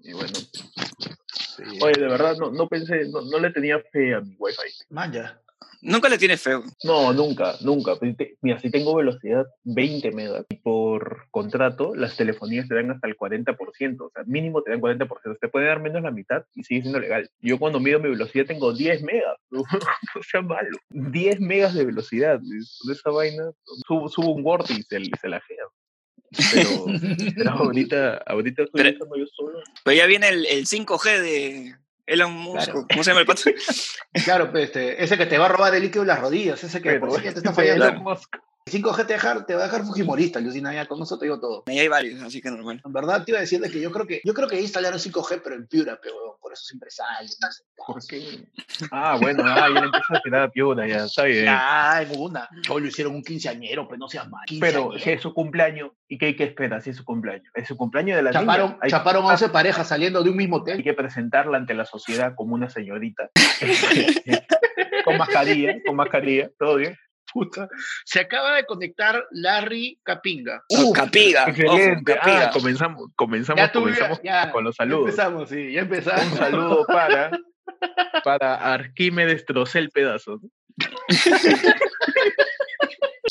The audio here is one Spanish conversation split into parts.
Y bueno. Oye, de verdad, no, no pensé, no, no le tenía fe a mi Wi-Fi. Manja. Nunca le tiene feo. No, nunca, nunca. Pues te- Mira, si tengo velocidad 20 megas y por contrato, las telefonías te dan hasta el 40%. O sea, mínimo te dan 40%. Te puede dar menos la mitad y sigue siendo legal. Yo cuando mido mi velocidad tengo 10 megas. No, sea malo. 10 megas de velocidad. De esa vaina, subo, subo un Word y se, se la gea. Pero, pero ahorita, ahorita estoy Pero- usando yo solo. Pero ya viene el, el 5G de Elon Musk. Claro. ¿Cómo se llama el pato? Claro, pues, este, ese que te va a robar el líquido de las rodillas, ese que Pero, por sí ya te está pero- fallando. 5G te, dejar, te va a dejar Fujimorista, Lucina, ya con eso te digo todo. Ahí hay varios, así que normal. En verdad te iba a decir de que yo creo que yo creo que ahí instalaron 5G, pero en Piura, pero weón, por esos empresarios. no sé. ¿Por qué? Ah, bueno, ah, ya le empieza a tirar a piura, ya está bien. Ah, en una. Cholo, hicieron un quinceañero, pues no seas mal. Pero si Quinceañero. es su cumpleaños, ¿y qué hay que esperar si es su cumpleaños? Es su cumpleaños de la chaparon, niña. Hay, Ah. chaparon 11 parejas saliendo de un mismo hay hotel. que presentarla ante la sociedad como una señorita. Este, con mascarilla, con mascarilla, todo bien. Puta. Se acaba de conectar Larry Capinga. Oh, Capiga. ojo, Excelente. Capiga. Ah, comenzamos, comenzamos, Ya tú, comenzamos ya, ya. con los Ya saludos. empezamos, sí, ya Un empezamos. saludo para, para Arquímedes Trocel Pedazo.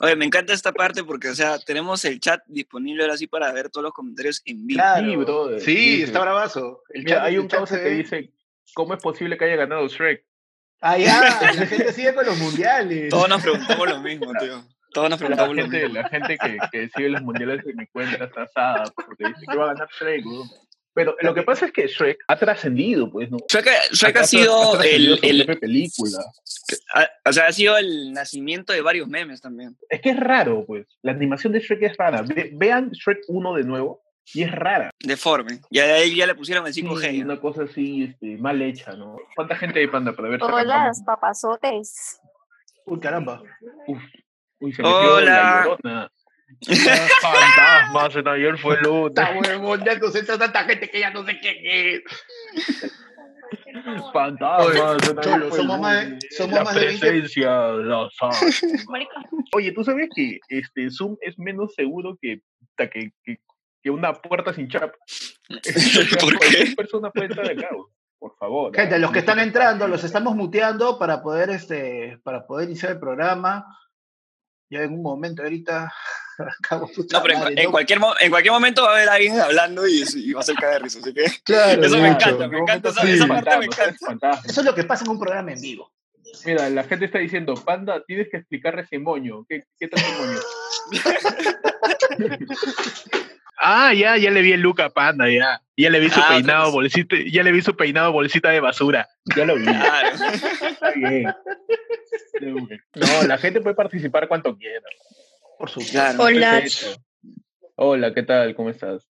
Oye, me encanta esta parte porque, o sea, tenemos el chat disponible ahora sí para ver todos los comentarios en vivo. Claro. Sí, brother. Sí, Dice- está bravazo. El Mira, chat- hay el un chat causa se que ve. dice, ¿cómo es posible que haya ganado Shrek? Ah, ya, la gente sigue con los mundiales. Todos nos preguntamos lo mismo, tío. Todos nos La preguntamos lo gente, mismo. la gente que, que sigue los mundiales de mi cuenta está asada porque dice que va a ganar Shrek. weón. Pero lo que pasa es que Shrek ha trascendido, pues, ¿no? Shrek, Shrek ha tra- sido trascendido el, su el- propia película. ha- o sea, ha sido el nacimiento de varios memes también. Es que es raro, pues. La animación de Shrek es rara. Ve- vean Shrek 1 de nuevo y es rara. Deforme. Ya a él ya le pusieron el 5G. Sí, ¿no? una cosa así este, mal hecha, ¿no? ¿Cuánta gente hay, Panda, para ver si Hola, arrancamos? papazotes. Uy, caramba. Uy, se metió Hola. la llorona. Fantasmas, en ayer fue Está lunes. huevón, ya concentra tanta gente que ya no sé qué es. Fantasmas, en Cholo, ayer fue somos más de- lunes. somos la más de veinte- presencia, la sal. Oye, ¿tú sabes que este Zoom es menos seguro que, ta- que, que, que una puerta sin chapa? ¿Por qué? Cualquier persona puede entrar acá, weón. por favor. Gente, ah, los que no están se- entrando, los estamos muteando para poder, este, para poder iniciar el programa. Ya en un momento ahorita acabo puta No, pero en, madre, en ¿no? cualquier, mo- en cualquier momento va a haber alguien hablando y, y va a ser caer de risa. Así que Claro, eso me de encanta, hecho. me encanta. Esa, Sí. esa parte me Fantasmas, encanta. fantasmas. Eso es lo que pasa en un programa en vivo. Mira, la gente está diciendo, Panda, tienes que explicarle ese moño. ¿Qué, qué tal ese moño? ah, ya, ya le vi el Luca Panda, ya. Ya le vi su Ah, otra peinado cosa. bolsita, ya le vi su peinado bolsita de basura. Ya lo vi. Claro. Está bien. No, la gente puede participar cuanto quiera. Por supuesto. Claro. Hola. Perfecto. Hola, ¿qué tal? ¿Cómo estás?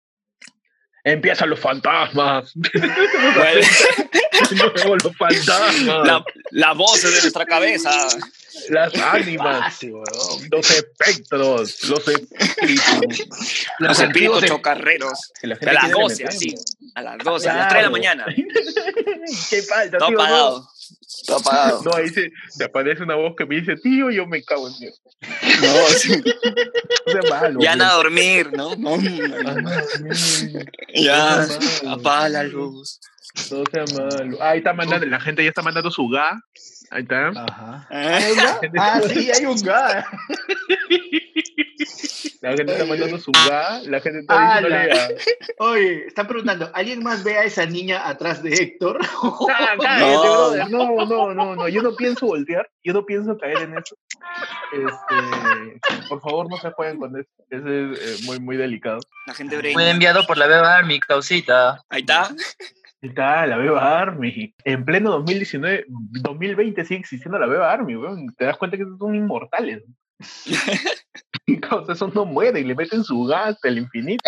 Empiezan los fantasmas. Bueno, Luego los fantasmas. la, la voz es de nuestra cabeza. Las ánimas. Fácil, huevón. Los espectros. Los espíritus. Los espíritus antiguos- chocarreros. Que la A las quiere 12, meter. así. A las 12, a las 3 de la mañana. ¿Qué falta, Todo tío? No, apagado. Todo apagado. no ahí se, se aparece una voz que me dice, tío, yo me cago en Dios. No, sí. No sea malo, Ya güey. nada, dormir, ¿no? No, no, Ah, no. no, Ya, no. apaga la luz. No sea malo. Ahí está mandando, la gente ya está mandando su ga. Ahí está. Ajá. Ah, Ah, sí, hay un gas. La gente está mandando su ga. La gente está ¡Hala! diciéndole a. Oye, están preguntando, ¿alguien más ve a esa niña atrás de Héctor? Ah, cállate, brother. No, no, no, no. Yo no pienso voltear. Yo no pienso caer en eso. Este, por favor, no se jueguen con eso. Ese es eh, muy, muy delicado. La gente brain. Fue enviado por la beba Army, causita. Ahí está. Ahí Está la Beba Army. En pleno 2019, 2020 sigue existiendo la Beba Army, weón. Te das cuenta que esos son inmortales. Causa, esos no mueren, le meten su gas al infinito.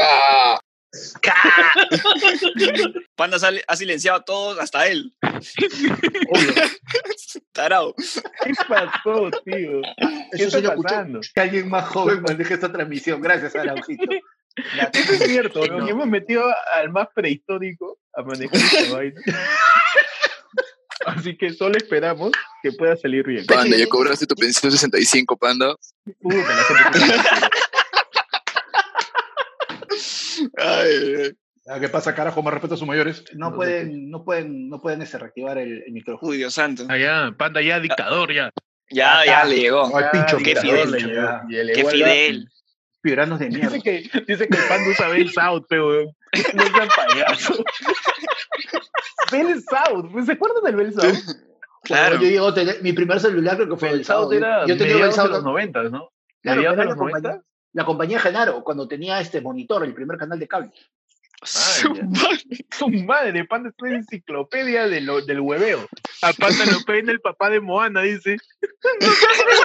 Panda sale- ha silenciado a todos, hasta él. Obvio, Tarao. ¿Qué pasó, tío? ¿Qué eso sí está lo escuché. pasando? Que alguien más joven maneje esta transmisión. Gracias, Araujito. Eso es cierto, weón. No. Y hemos metido al más prehistórico a manejar esta vaina. Así que solo esperamos que pueda salir bien. Panda, ya cobraste tu pensión 65, Panda. Puta, la gente- Ay, ay. Ya, Ah, ¿Qué pasa, carajo? Más respeto a sus mayores. No pueden, no pueden, no pueden este, reactivar el, el micrófono. Uy, Dios santo. Allá, panda ya, dictador ya. Ya, Ah, ya le llegó. Ay, pincho, qué dictador, fidel. le llegó. Y el Qué igual- Fidel. Piranos de mierda. Dice que, dice que el panda usa Bell South, pero weón. no sean payaso. Bell South, pues, ¿se acuerdan del Bell South? Claro. Yo llego a tener- mi primer celular creo que fue el Bell South sábado. era Yo tenía el mediados de los sábado. 90, ¿no? Claro, mediados de era los la, compañía, 90. la compañía Genaro, cuando tenía este monitor, el primer canal de cable. Su ya. madre. Su madre, panda es una enciclopedia de lo- del hueveo. A panda lo peina el papá de Moana, dice. No te hagas eso.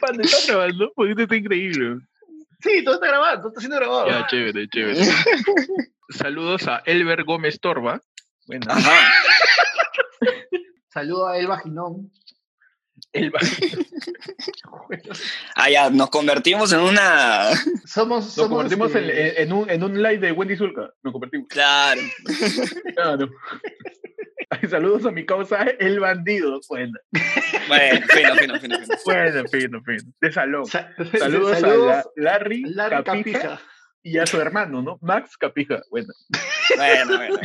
Panda, ¿estás grabando? Porque pues, esto está increíble. Sí, todo está grabado, todo está siendo grabado. Ya, Ah, chévere, chévere. Saludos a Elber Gómez Torba. Bueno, Ajá. Saludo a Elba Ginón. Elba. Ah, ya, nos convertimos en una. Somos, Nos somos convertimos en, eh, este, en- en un, en un live de Wendy Zulka. Nos convertimos. Claro. Claro. Ay, Saludos a mi causa, el bandido. Bueno, Bueno, fino, fino, fino. fino. bueno, fino, fino. De salón. sa- Saludos, saludos a la- Larry, Larry Capija, Capija. y a su hermano, ¿no? Max Capija. Bueno, Bueno, bueno.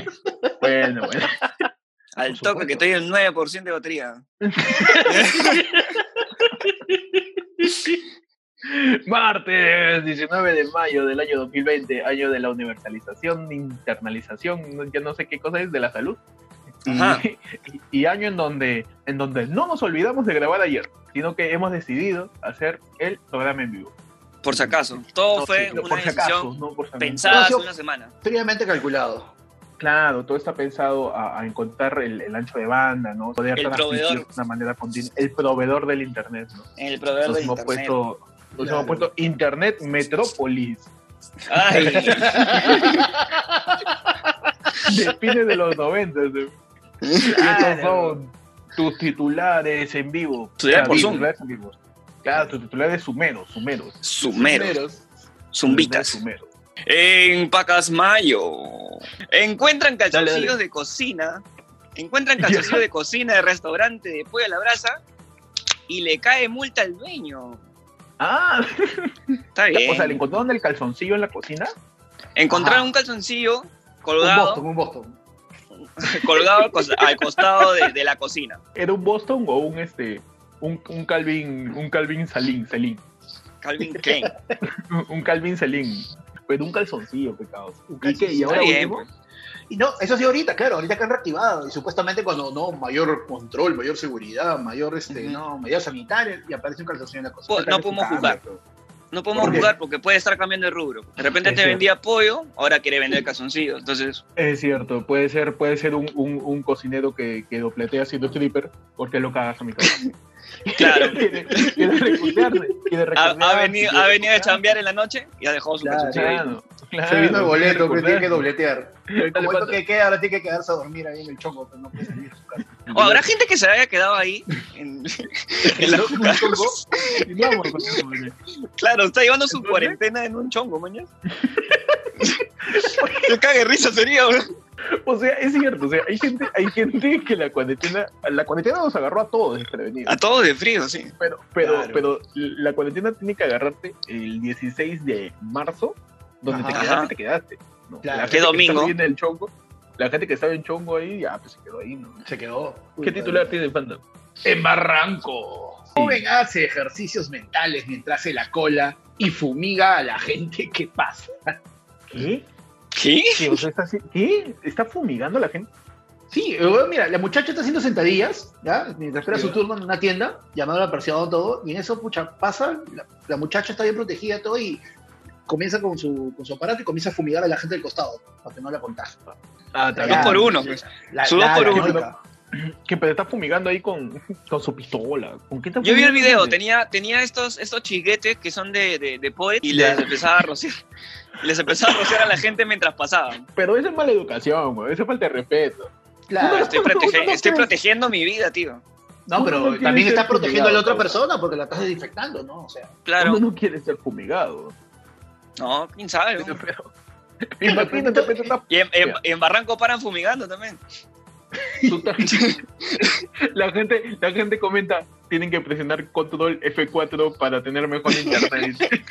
bueno, bueno. Al Por toque que supuesto. estoy en 9% de batería. Martes 19 de mayo del año 2020, año de la universalización, internalización, no- ya no sé qué cosa es, de la salud. Ajá. Y, y año en donde, en donde no nos olvidamos de grabar ayer, sino que hemos decidido hacer el programa en vivo. Por si acaso. Todo fue Pero una por si acaso, decisión no por si acaso. pensada hace No, sí. una semana. Fríamente calculado. Claro, todo está pensado a, a encontrar el, el ancho de banda, ¿no? Poder El transmitir proveedor. de una manera continua. El proveedor del internet, ¿no? En el proveedor Nos de hemos internet. puesto, nos Claro. hemos puesto Internet Metrópolis. Ay, De fines de los 90. ¿sí? Y estos son tus titulares en vivo. Estudiar por tus Zoom. titulares en vivo. Claro, tus titulares sumeros, sumeros. sumeros, zumbitas. Sumeros. En Pacasmayo. Encuentran Dale, calzoncillos de cocina. Encuentran calzoncillos de cocina de restaurante de pollo a la brasa. Y le cae multa al dueño. Ah, Está bien. o sea, le encontraron el calzoncillo en la cocina. Encontraron un calzoncillo Un colgado, Boston, un Boston. colgado al cos- al costado de, de la cocina. ¿Era un Boston o un este? Un, un Calvin, un Calvin Salín, Salín. Calvin Klein. Un Calvin Salín. Pero un calzoncillo, pues, pecados. ¿Y qué? ¿Y calzoncillo. ahora Está bien, último? Y no, eso sí ahorita, claro, ahorita que han reactivado. Y supuestamente cuando no, mayor control, mayor seguridad, mayor este, Ujú. no, medida sanitaria, y aparece un calzoncillo en la cosa. Pues, no podemos juzgar. No podemos ¿Por qué? jugar porque puede estar cambiando de rubro. De repente Es te cierto. vendía pollo, ahora quiere vender calzoncillos. Entonces, Es cierto, puede ser, puede ser un, un, un cocinero que, que dobletea siendo stripper porque lo cagas a mi casa. Claro. quiere, quiere recuperarse, quiere ha, recuperarse, ha venido, quiere ha venido a recuperarse. chambear en la noche y ha dejado su Claro. calzoncillo ahí. Claro, claro. Se vino el boleto, que Quiere tiene recuperarse. que dobletear. Como esto que queda, ahora tiene que quedarse a dormir ahí en el chongo, pero no puede salir de su casa. O habrá gente que se haya quedado ahí. en- en la- Continuamos con eso, güey. claro, está llevando su Entonces- cuarentena en un chongo, mañana. Qué cague risa sería, bro. O sea, es cierto, o sea, hay gente, hay gente que la cuarentena, la cuarentena nos agarró a todos desprevenidos. A todos de frío, sí. Pero, pero, Claro. pero la cuarentena tiene que agarrarte el 16 de marzo, donde Ajá. te quedaste, te quedaste. ¿no? Claro. La Qué gente que domingo. estaba ahí en el chongo, la gente que estaba en chongo ahí, ya pues se quedó ahí, ¿no? Se quedó. ¿Qué titular tiene el panda? En Barranco. Joven hace ejercicios mentales mientras hace la cola y fumiga a la gente que pasa. ¿Qué? ¿Qué? ¿Qué? O sea, está así- ¿Qué? ¿Está fumigando la gente? Sí, eh, bueno, mira, la muchacha está haciendo sentadillas, ¿ya? Mientras espera su turno en una tienda, llamando al parciado todo, y en eso, pucha, pasa, la, la muchacha está bien protegida todo y comienza con su, con su aparato y comienza a fumigar a la gente del costado, para que no la contagie. Ah, está Dos bien. por uno, pues. La, Su dos por uno. típica. Que pero está fumigando ahí con, con su pistola. ¿Con qué está Yo vi el fumigando? video, tenía, tenía estos, estos chiguetes que son de, de, de Poet y les empezaba a rociar. Les empezaba a rociar a la gente mientras pasaban. Pero esa es mala educación, güey. Esa es falta de respeto. Claro, Estoy, Ah, No, no, protege- no, estoy no. protegiendo mi vida, tío. no, Uno no pero quiere también ser está protegiendo a la fumigado, otra pues. persona porque la estás desinfectando, ¿no? O sea, Claro. Uno no quiere ser fumigado. No, quién sabe. ¿no? Pero- Imagínate, pero está Y en, en- en Barranco paran fumigando también. Tú ta- la gente la gente comenta tienen que presionar control F4 para tener mejor internet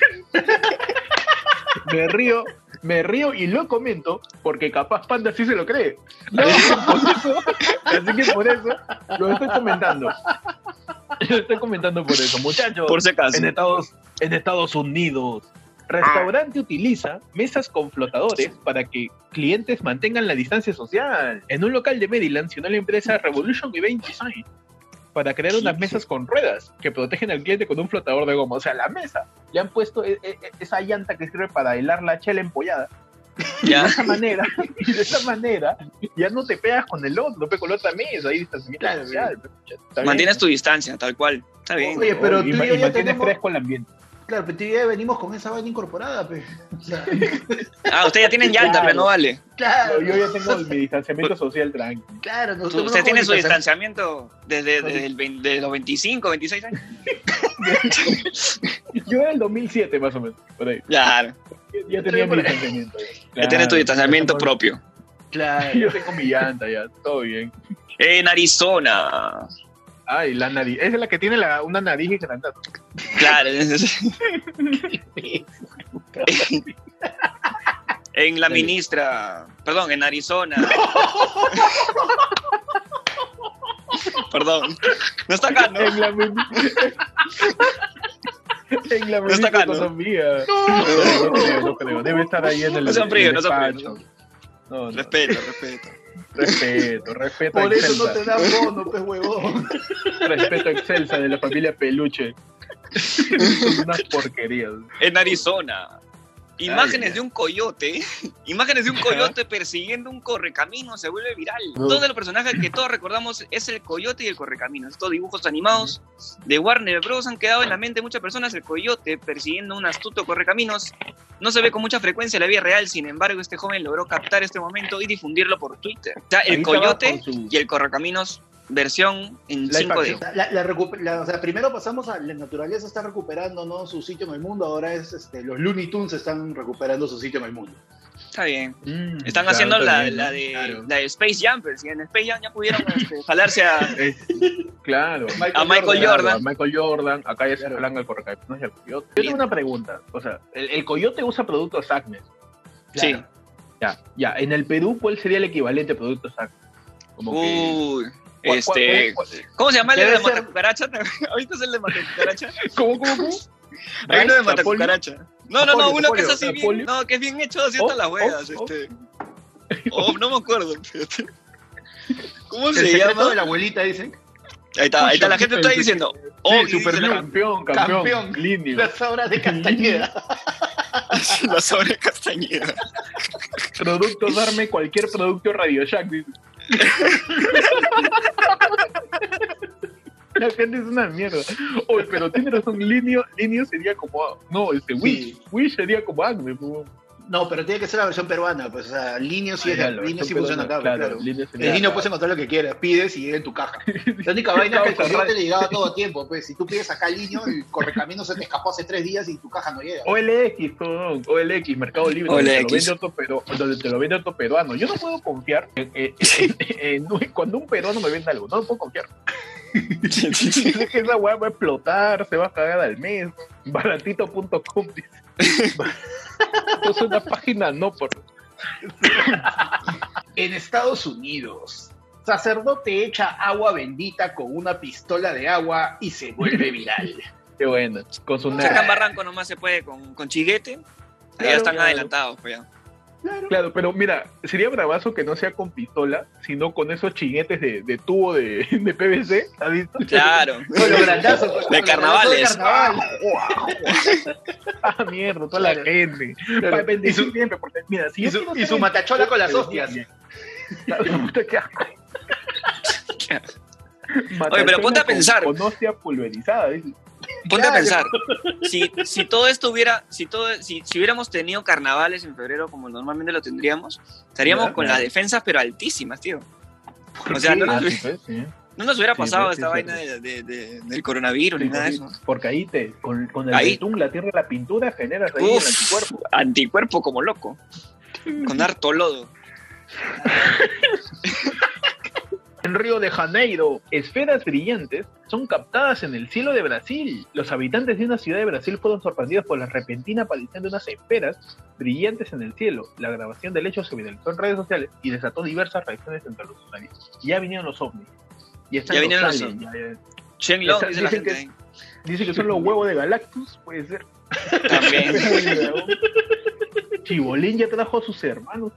me río me río y lo comento porque capaz Panda sí se lo cree. Así que por eso- así que por eso lo estoy comentando. Lo estoy comentando por eso, muchachos. Por si acaso. En Estados, en Estados Unidos. Restaurante utiliza mesas con flotadores para que clientes mantengan la distancia social. En un local de Maryland se unió la empresa Revolution Event Design para crear unas mesas con ruedas que protegen al cliente con un flotador de goma. O sea, la mesa. Le han puesto e- e- e- esa llanta que sirve para helar la chela empollada. Ya. De esa manera, y de esa manera, ya no te pegas con el otro, pe con la otra mesa. Ahí distanciamiento Claro, social, pe, pucha, está bien. Mantienes tu distancia, tal cual. Está bien. Oye, pero Oh, tú y, y ma- yo y ya mantienes tenemos- fresco el ambiente. Claro, pero tú y yo ya venimos con esa vaina incorporada, pe. O sea, Ah, ustedes ya tienen yalta, Claro. pero no vale. claro, Yo, yo ya tengo mi distanciamiento social tranqui. claro. Tú- nosotros Ustedes no tienen su comunicas- distanciamiento desde, desde el vein- desde los 25, 26 años. Yo era el 2007 más o menos, por ahí. Claro. Ya tenía mi Por ahí. distanciamiento. Ya tienes tu distanciamiento Claro. propio. Claro. Yo tengo mi llanta ya, todo bien. En Arizona. Ay, la nariz. Esa es la que tiene la, una nariz y grandazo. Claro. en la ministra. Perdón, en Arizona. Perdón. No está acá, ¿no? En la mini- en la No está acá, no ¿no? sabía. No, no creo, no creo. Debe estar ahí en el. No sean en fríos, el no sean despacho. No, no, Respeto, respeto. respeto, respeto Por a eso no Excelsa. te da bono, pe huevón. Respeto a Excelsa de la familia Peluche. Son unas porquerías. En Arizona. Imágenes ya. de un coyote, imágenes de un coyote persiguiendo un correcamino se vuelve viral. Uno de los personajes que todos recordamos es el coyote y el correcamino. Estos dibujos animados de Warner Bros. han quedado en la mente de muchas personas. El coyote persiguiendo un astuto correcaminos no se ve con mucha frecuencia en la vida real. Sin embargo, este joven logró captar este momento y difundirlo por Twitter. O sea, el Ahí estaba coyote con su- y el correcaminos versión en Live 5D. La, la recu- la- o sea, primero pasamos a la naturaleza está recuperando ¿no? su sitio en el mundo, ahora es este, los Looney Tunes están recuperando su sitio en el mundo. Está bien. Mm, Están claro, haciendo está la, bien, ¿no? la de, Claro. la de Space Jumpers. Y en Space Jam ya pudieron este, jalarse a, Claro. A Michael Claro, Jordan. a Michael Jordan, acá ya se Claro. hablan al correcaminos y al coyote. Yo tengo una pregunta, o sea, el, el coyote usa productos Acme. Sí. Ya, ya. En el Perú, ¿cuál sería el equivalente a productos Acme? Como que, Uy, ¿cuál- Uh, este, cuál- cuál- ¿cómo se llama el de Debe la matacucaracha? Ahorita es el de matacucaracha. ¿Cómo, cómo, cómo? Hay uno de Raíz, Napoli. matacucaracha. No, no, no, Napolio, uno que es Napolio, así bien, Napolio. no, que es bien hecho así hasta Oh, las oh, huevas, oh. este. Oh, no me acuerdo. fíjate. ¿Cómo El se secreto llama? de la abuelita, dicen. Ahí está, ahí está, la gente está el- diciendo, Sí, oh, super super la, campeón, campeón, Campeón. línea. Las obras de Castañeda. la sobre castañeda. Productos darme cualquier producto Radio Shack. dice. La gente es una mierda. Oye, pero tiene razón, Linio, Linio sería como. No, este Wish. Sí. Wish sería como Acme. po. No no, pero tiene que ser la versión peruana, pues, o sea, Linio sí, Ah, es- ya, la Linio sí versión funciona acá, pues, peruana, claro. Linio El sería- niño puedes encontrar lo que quieras, pides y llega en tu caja. La única vaina es que el Causa correo te llegaba todo a tiempo, pues, si tú pides acá al niño, el correcamino se te escapó hace tres días y tu caja no llega. OLX, perdón, OLX, Mercado Libre, donde te, lo OLX. vende otro peru- donde te lo vende otro peruano. Yo no puedo confiar en, en- en- en- cuando un peruano me vende algo, no puedo confiar. Es que esa weá va a explotar, se va a cagar al mes. Baratito.com dice. Entonces una página no por. En Estados Unidos, sacerdote echa agua bendita con una pistola de agua y se vuelve viral. Qué bueno. Con su Acá en nariz. Barranco nomás se puede con, con chiguete. Ahí Claro, ya están claro. adelantados, pues ya. Claro, pero mira, sería bravazo que no sea con pistola, sino con esos chinetes de, de tubo de, de PVC, ¿has visto? Claro. Con los grandazos, pues, De con los grandazos de carnavales. carnaval. Ah, mierda, toda la Claro. gente. Para Y bendecir su, siempre, porque mira, si y yo su- quiero y su ser- matachola con las hostias. Puta, qué asco. Oye, pero ponte a Matachola pensar. Con, con hostia pulverizada. dice. Ponte a Claro. pensar, si, si todo esto hubiera, si todo, si, si hubiéramos tenido carnavales en febrero como normalmente lo tendríamos, estaríamos Ya, con ya. las defensas pero altísimas, tío. O sea, Sí, no nos, ah, hubi- sí, sí. no nos hubiera Sí, pasado sí, esta sí, vaina de- de- de- del coronavirus ni nada de eso. Porque ahí te, con, con el Ahí. betún, la tierra y la pintura generas ahí el Uf, anticuerpo. anticuerpo como loco, con harto lodo. En Río de Janeiro. Esferas brillantes son captadas en el cielo de Brasil. Los habitantes de una ciudad de Brasil fueron sorprendidos por la repentina aparición de unas esferas brillantes en el cielo. La grabación del hecho se viralizó en redes sociales y desató diversas reacciones entre los usuarios. Ya vinieron los ovnis. Y están Ya vinieron los los aliens, ya- Chen Long, Esa- dice la dicen gente. que ahí. Dice que son los huevos de Galactus, pues, puede ser. También. Chibolín ya trajo a sus hermanos.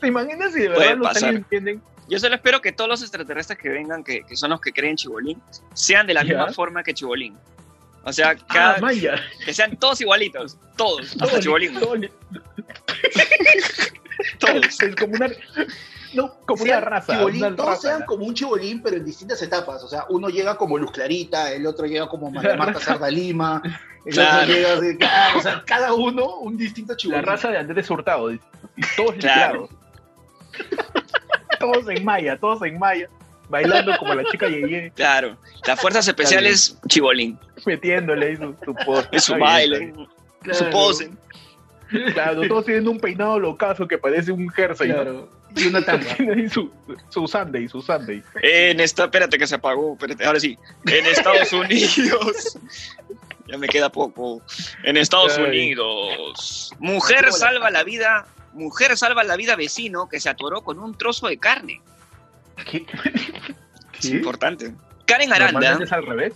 ¿Te imaginas si de Puede verdad los pasar. aliens tienen? Yo solo espero que todos los extraterrestres que vengan, que, que son los que creen Chibolín, sean de la Ya. misma forma que Chibolín. O sea, Ah, cada- Maya. que sean todos igualitos, todos, hasta Todo Chibolín, li- todo li- todos. Es como una, no, como una Sean raza. chibolín, una todos raza. sean como un chibolín, pero en distintas etapas. O sea, uno llega como Luz Clarita, el otro llega como María Marta Sarda Lima, el Claro. otro llega así, claro, o sea, cada uno un distinto La chibolín. raza de Andrés Hurtado. dice. Y todos Claro. listrados. todos en Maya, todos en Maya. Bailando como la chica Yeye, Claro, las fuerzas especiales Chibolín, metiéndole ahí su, su pose. es su Está bien, está baile, bien. su pose. Claro, todos tienen un peinado locazo que parece un jersey. ¿no? Claro. Y una tanga. Tienen ahí su, su Sunday, su Sunday. En esta, espérate que se apagó, espérate, ahora sí. En Estados Unidos. Ya me queda poco. En Estados Ay. Unidos. Mujer salva la vida. Mujer salva la vida vecino que se atoró con un trozo de carne. ¿Qué? Es importante. Karen Aranda. Normalmente es al revés.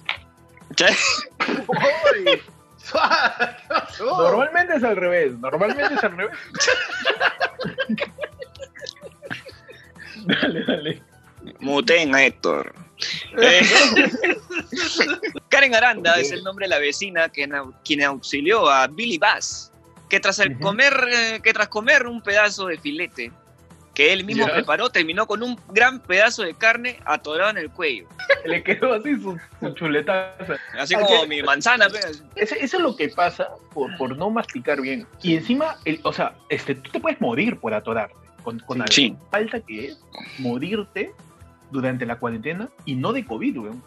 ¡Oy! Suave, suave. Normalmente es al revés. Normalmente es al revés. dale, dale. Muten a Héctor. Eh, Karen Aranda es el nombre de la vecina que nau- quien auxilió a Billy Bass, que tras, el Ujú. comer, eh, que tras comer un pedazo de filete que él mismo Ya. preparó, terminó con un gran pedazo de carne atorado en el cuello. Le quedó así su, su chuletaza. Así Ah, como ya. mi manzana. pues, pe. Ese- eso es lo que pasa por, por no masticar bien. Y encima, el- o sea, este, tú te puedes morir por atorarte con, con algo. Sí. Falta que es morirte durante la cuarentena y no de COVID, weón.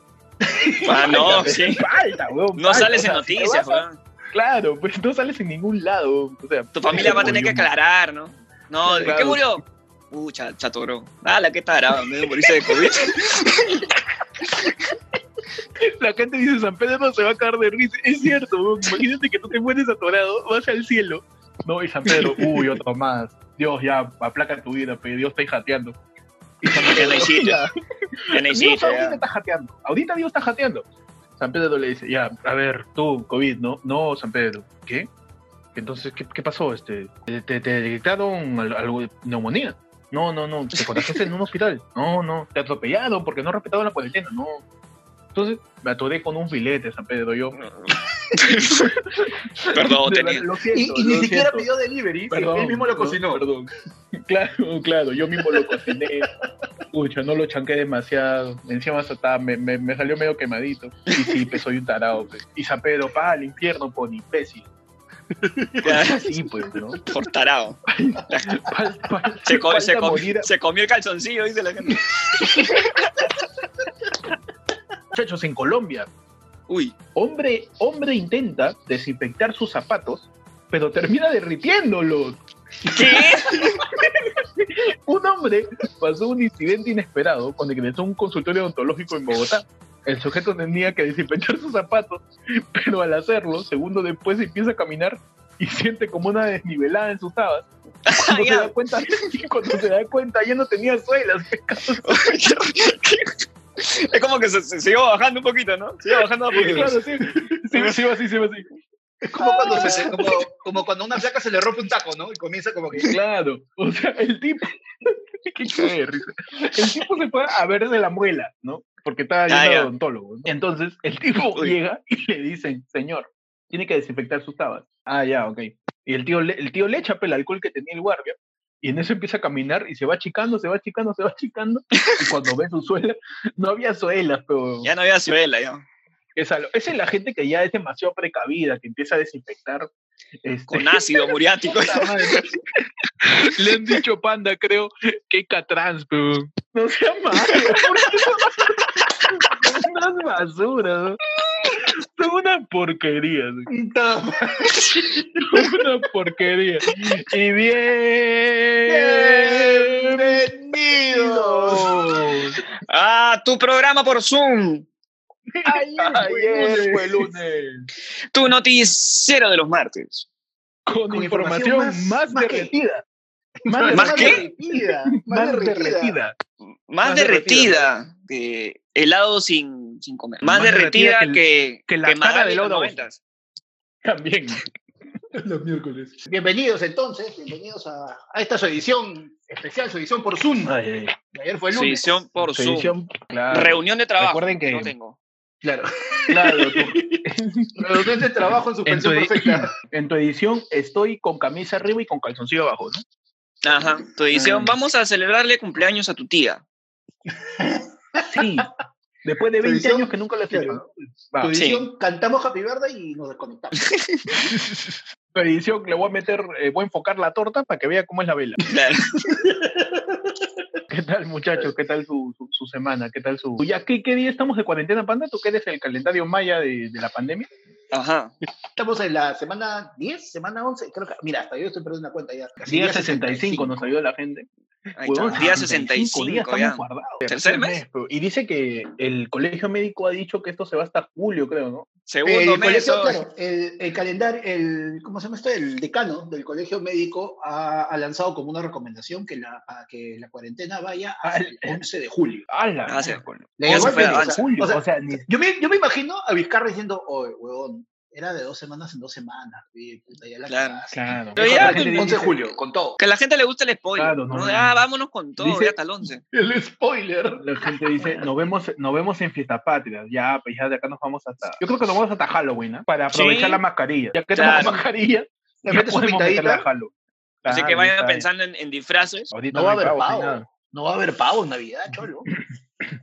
Ah, no, Falta, sí. Falta, weón. No falta. sales O en sea, si te vas noticias, a- weón. Claro, pues no sales en ningún lado. O sea, Tu familia va a tener que aclarar, ¿no? No, ¿de qué Claro. murió? Uh, cha- chatoró. Ah, la que tarada, me morirse de COVID. La gente dice, San Pedro se va a caer de risa. Es cierto, weón. imagínate que tú te mueres atorado, vas al cielo. No, y San Pedro, uy, otro más. Dios, ya, aplaca tu vida, pero Dios está jateando. Y San Ya no hay sitio, ya. ya no hay Dios sitio, ahorita ya. está jateando. Ahorita Dios está jateando. San Pedro le dice, ya, a ver, tú, COVID, ¿no? No, San Pedro, ¿qué? Entonces, ¿qué, qué pasó? Este, ¿Te, te- te detectaron al- algo de neumonía? No, no, no, te contagiaste en un hospital. No, no, te atropellaron porque no respetaron la cuarentena, no. Entonces, me atoré con un filete, San Pedro, yo. Perdón, De tenía. verdad, lo siento, Y, y ni lo siquiera siento. pidió delivery, Perdón, él mismo lo no, cocinó. Perdón. Claro, claro, yo mismo lo cociné. Pucha, no lo chanqué demasiado. Encima hasta estaba- me, me, me salió medio quemadito. Y sí, pues soy un tarado. Pues. Y San Pedro, pa, al infierno, por imbécil. Ya, Sí, pues, ¿no? Por tarado. Fal- fal- Se, co- falta se com- morir a- se comió el calzoncillo, dice la gente. Muchachos, en Colombia, Uy, hombre, hombre intenta desinfectar sus zapatos, pero termina derritiéndolos. ¿qué? Un hombre pasó un incidente inesperado cuando ingresó a un consultorio odontológico en Bogotá. El sujeto tenía que desinfectar sus zapatos, pero al hacerlo, segundo después empieza a caminar y siente como una desnivelada en sus tabas. Cuando, se, ya. da cuenta, cuando se da cuenta, ya no tenía suelas. Es como que se, se- se iba bajando un poquito, ¿no? Se iba bajando a poquito. Claro, sí, sí, sí, así, sí, así. Es como cuando, se- se- como, como cuando a una placa se le rompe un taco, ¿no? Y comienza como que. Pues Claro, o sea, el tipo. Qué cagada de risa. El tipo se fue a verse la muela, ¿no? Porque estaba Ah, yendo ya. al odontólogo. ¿no? Entonces, el tipo Uy. llega y le dicen, señor, tiene que desinfectar sus tabas. Ah, ya, ok. Y el tío, le- el tío le echa pues, el alcohol que tenía el guardia. Y en eso empieza a caminar y se va achicando, se va achicando, se va achicando. Y cuando ve su suela, no había suelas, pero Ya no había suela, ya. es, a lo- esa es la gente que ya es demasiado precavida, que empieza a desinfectar. este, Con ácido muriático. Puta madre. Le han dicho panda, creo, que catrans, pero no sea malo. Unas basuras. ¿no? Son una porquería. ¿no? Son una porquería. Y bien. ¡Bienvenido! Ah, tu programa por Zoom, Ayer fue lunes. tu noticiero de los martes. Con, Con información, información más, más que- Derretida, ¿Más qué? derretida, más más derretida. derretida. Más, Más derretida que helado sin, sin comer. Más, Más derretida derretida que, que, que la cara Magali de en los Laura Bozo. noventas. También. Los miércoles. Bienvenidos entonces, bienvenidos a, a esta su edición especial, su edición por Zoom. Ay, ay, ay. de Ayer fue el Su lunes. edición por Su Zoom. edición, claro. Reunión de trabajo. Recuerden que- No tengo. Claro. Claro, tu- Redundante este trabajo en, en tu suspensión edi- perfecta. en tu edición estoy con camisa arriba y con calzoncillo abajo, ¿no? Ajá. Tu edición. Mm. Vamos a celebrarle cumpleaños a tu tía. Sí. Después de 20 edición? años que nunca la celebro. Tu Va, sí. edición cantamos Happy Birthday y nos desconectamos. tu edición le voy a meter, eh, voy a enfocar la torta para que vea cómo es la vela. Claro. ¿Qué tal, muchachos? ¿Qué tal su, su, su semana? ¿Qué tal su...? ¿Ya qué, qué día estamos de cuarentena, Panda? ¿Tú qué eres el calendario maya de, de la pandemia? Ajá. Estamos en la semana 10, semana 11, creo que. Mira, hasta yo estoy perdiendo una cuenta ya. Casi Día 65 nos ayuda la gente. Ahí Huevón, está. Día 65 días ya. estamos guardados. ¿Tercer mes? pero- Y dice que el colegio médico ha dicho que esto se va hasta julio, creo, ¿no? Segundo Eh, El, mes. colegio, oh. claro, el, el calendario, el, ¿cómo se llama esto? El decano del colegio médico ha, ha lanzado como una recomendación que la, a que la cuarentena vaya al 11 de julio. ¡Hala! Ah, sí. Le Ya llegó se fue, el 20, o avanza. sea, julio. o sea, O sea, ni- yo, me, yo me imagino a Vizcarra diciendo, oye, huevón, era de dos semanas en dos semanas. pues, sí, puta, ya la Claro, cagaste". claro. Pero ya, La gente el dice- 11 de julio, con todo. Que a la gente le gusta el spoiler. Claro, no, ¿no? no, De, ah, no. vámonos con todo, Dice- ya hasta el 11. El spoiler. La gente dice, nos vemos, nos vemos en fiesta patria. Ya, pues ya de acá nos vamos hasta. Yo creo que nos vamos hasta Halloween, ¿ah? Para Sí. aprovechar la mascarilla. Ya que Claro. tenemos mascarilla, Le ya metes su podemos meterla a pintadita. Halloween. Así que Claro, vayan está bien. pensando en, en disfraces. Ahorita No va a hay haber pavo, pavo. ni nada. No va a haber pavo en Navidad, cholo.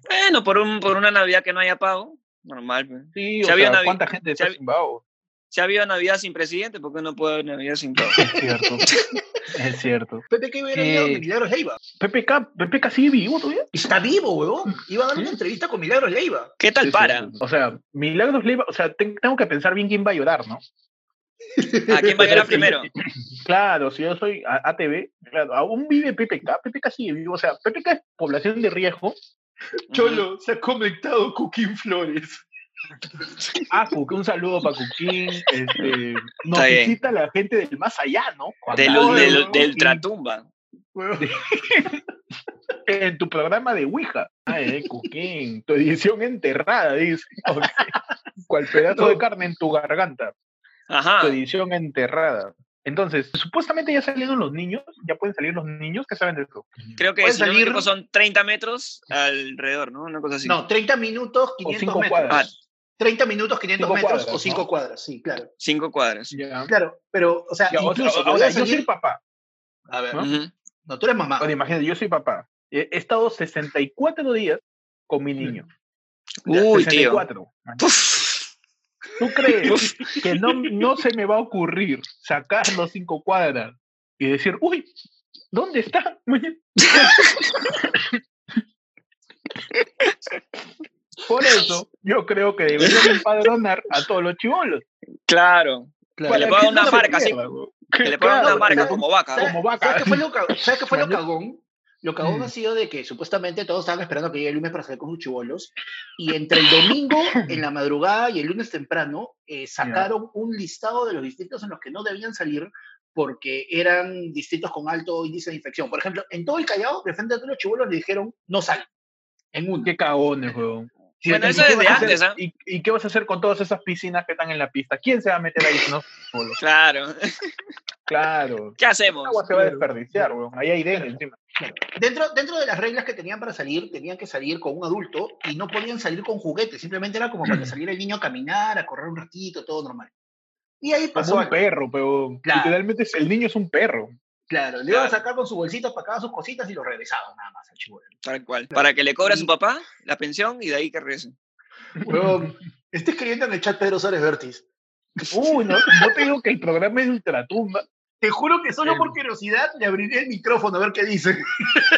Bueno, por, un, por una Navidad que no haya pago. Normal. pues. Sí, Si o había sea, Navi- ¿cuánta gente si está hab- sin pavo? Si ha habido Navidad sin presidente, ¿por qué no puede haber Navidad sin pago? Es cierto. es cierto. Pepe que hubiera Sí. ido con Milagros Leiva. PPK, PPK sigue vivo todavía. Está vivo, huevón. Iba a dar una entrevista con Milagros Leiva. ¿Qué tal para? O sea, Milagros Leiva, o sea, te- tengo que pensar bien quién va a llorar, ¿no? ¿A quién va a llorar primero? Claro, si yo soy a- ATV, claro, aún vive PPK, PPK sigue vivo, o sea, PPK es población de riesgo. Cholo, se ha conectado Cooking Flores. Ah, Cuquín, un saludo para Cuquín. Este, nos Está bien. visita la gente del más allá, ¿no? Ujú. Cuando- Del, Ay, del- huevón. del Tratumba. En tu programa de Ouija. Ah, eh, Cuquín, tu edición enterrada, dice. Ok. Cual pedazo de carne en tu garganta, Ajá. tu edición enterrada. Entonces, supuestamente ya salieron los niños, ya pueden salir los niños que saben de esto. Creo que Pueden si no me salir- equivoco, son 30 metros alrededor, ¿no? Una cosa así. No, 30 minutos, 500 cinco metros. cuadras. 30 minutos, 500 Cinco metros cuadras, o 5 ¿no? cuadras, sí, claro. Cinco cuadras. Ya. Claro, pero, o sea, Ya, o sea, incluso... ahora, podría yo soy salir- papá. a ver, ¿no? Ujú. no, tú eres mamá. Ahora, Ah, imagínate, yo soy papá. He he estado 64 días con mi niño. Uy, tío. 64. Puf. ¿Tú crees Uf. que no, no se me va a ocurrir sacar los cinco cuadras y decir, uy, ¿dónde está? Por eso, yo creo que deberían empadronar a todos los chivolos. Claro. Claro. Que le pongan una marca, sí. Que le pongan una Claro, marca claro. como vaca. Como vaca. ¿Sabes qué fue lo, ca- ¿sabes qué fue lo Mañana- cagón? Lo cagón Mm. ha sido de que supuestamente todos estaban esperando que llegue el lunes para salir con sus chivolos. Y entre el domingo en la madrugada y el lunes temprano eh, sacaron un listado de los distritos en los que no debían salir porque eran distritos con alto índice de infección. Por ejemplo, en todo el Callao, de frente a todos los chivolos le dijeron no salen. En uno. Qué cagones, weón. Bueno, ¿Y eso qué desde vas a hacer? antes, ¿ah? ¿Y, y qué vas a hacer con todas esas piscinas que están en la pista? ¿Quién se va a meter ahí si no son chibolos? Claro. Claro. ¿Qué hacemos? El agua se va a desperdiciar, weón. Ahí hay dengue encima. Dentro, dentro de las reglas que tenían para salir, tenían que salir con un adulto y no podían salir con juguetes. Simplemente era como para que saliera el niño a caminar, a correr un ratito, todo normal. Y ahí pasó Como un algo. perro, pero Claro. literalmente es- el niño es un perro. Claro, le iban a Claro. sacar con su bolsita, pacaba sus cositas y lo regresaban nada más al chibolo. Tal cual. Para que le cobre a su papá la pensión y de ahí que regrese. Huevón, está escribiendo en el chat Pedro Suárez Vertis. Uy, no, no te digo que el programa es ultratumba. Te juro que solo El- por curiosidad le abriré el micrófono a ver qué dice.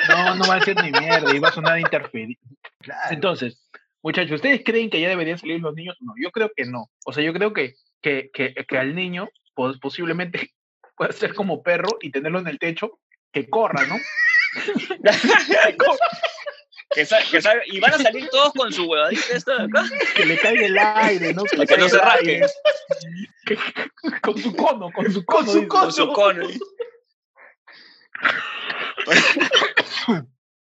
No, no va a ser ni mierda, iba a sonar interferir. Claro. Entonces, muchachos, ¿ustedes creen que ya deberían salir los niños? No, yo creo que no. O sea, yo creo que, que, que, que al niño pos- posiblemente puede ser como perro y tenerlo en el techo, que corra, ¿no? Que corra. Que sa- que sa- y van a salir todos con su huevadita esta de acá. Que le caiga el aire, ¿no? Que no se rasque. Con su cono, con su Con cono. su dice. cono. Con su cono.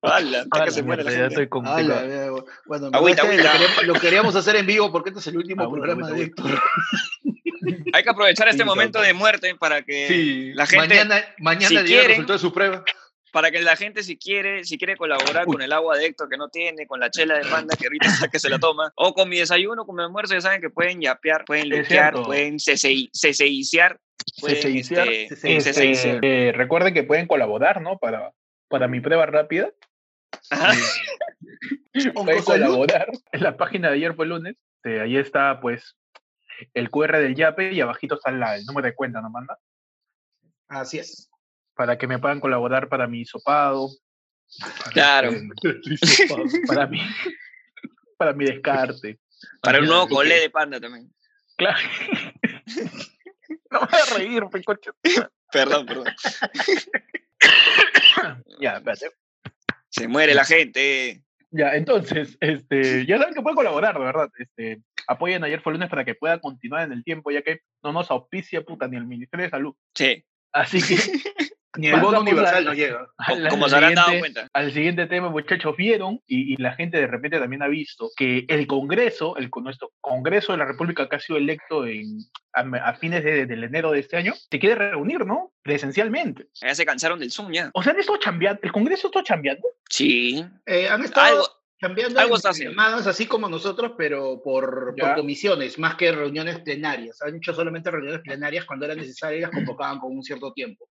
Hala, Ah, hasta que se muera la Mierda, ya Ah, gente. estoy la complicado. verdad, Bueno, en Agüita, verdad, agüita. Lo, queríamos, lo queríamos hacer en vivo porque este es el último Agüita, programa agüita, de Héctor. Hay que aprovechar este Sí, momento claro. de muerte para que Sí. la gente, mañana mañana si llega el resultado. quieren- Resultó de su prueba. para que la gente si quiere, si quiere colaborar con el agua de Héctor que no tiene, con la chela de panda que ahorita está que se la toma, o con mi desayuno, con mi almuerzo, ya saben que pueden yapear, pueden Es lutear, cierto. pueden cesei- ceseiciar, pueden Ceseiciar, este, Este, ceseiciar. eh, recuerden que pueden colaborar, ¿no? Para, para mi prueba rápida. Ajá. Pueden Oncosalud. colaborar. En la página de ayer fue lunes. eh, ahí está, pues, el QR del Yape y abajito está la- el número de cuenta, ¿no, manda? Así es. Para que me puedan colaborar para mi sopado. para, Claro. eh, para mi, para mi descarte. Para un nuevo colé de panda también. Claro. No me voy a reír, pues, coche. Perdón, perdón. Ya, espérate. Se muere la gente. Ya, entonces, este, ya saben que pueden colaborar, de verdad. Este, apoyen ayer fue lunes para que pueda continuar en el tiempo, ya que no nos auspicia puta ni el Ministerio de Salud. Sí, Así que, Ni el bono Pasamos universal al- nos llega. al- como al se habrán dado siguiente- cuenta. Al siguiente tema, muchachos, vieron, y, y la gente de repente también ha visto, que el Congreso, el, con- nuestro Congreso de la República que ha sido electo en, a, a fines de, del enero de este año, se quiere reunir, ¿no? Presencialmente. Ya se cansaron del Zoom ya. O sea, han estado chambeando, el Congreso está chambeando. Sí. Eh, han estado Algo, cambiando algo en está haciendo. llamadas así como nosotros, pero por, por Ya. comisiones, más que reuniones plenarias. Han hecho solamente reuniones plenarias cuando eran necesarias y las convocaban con un cierto tiempo.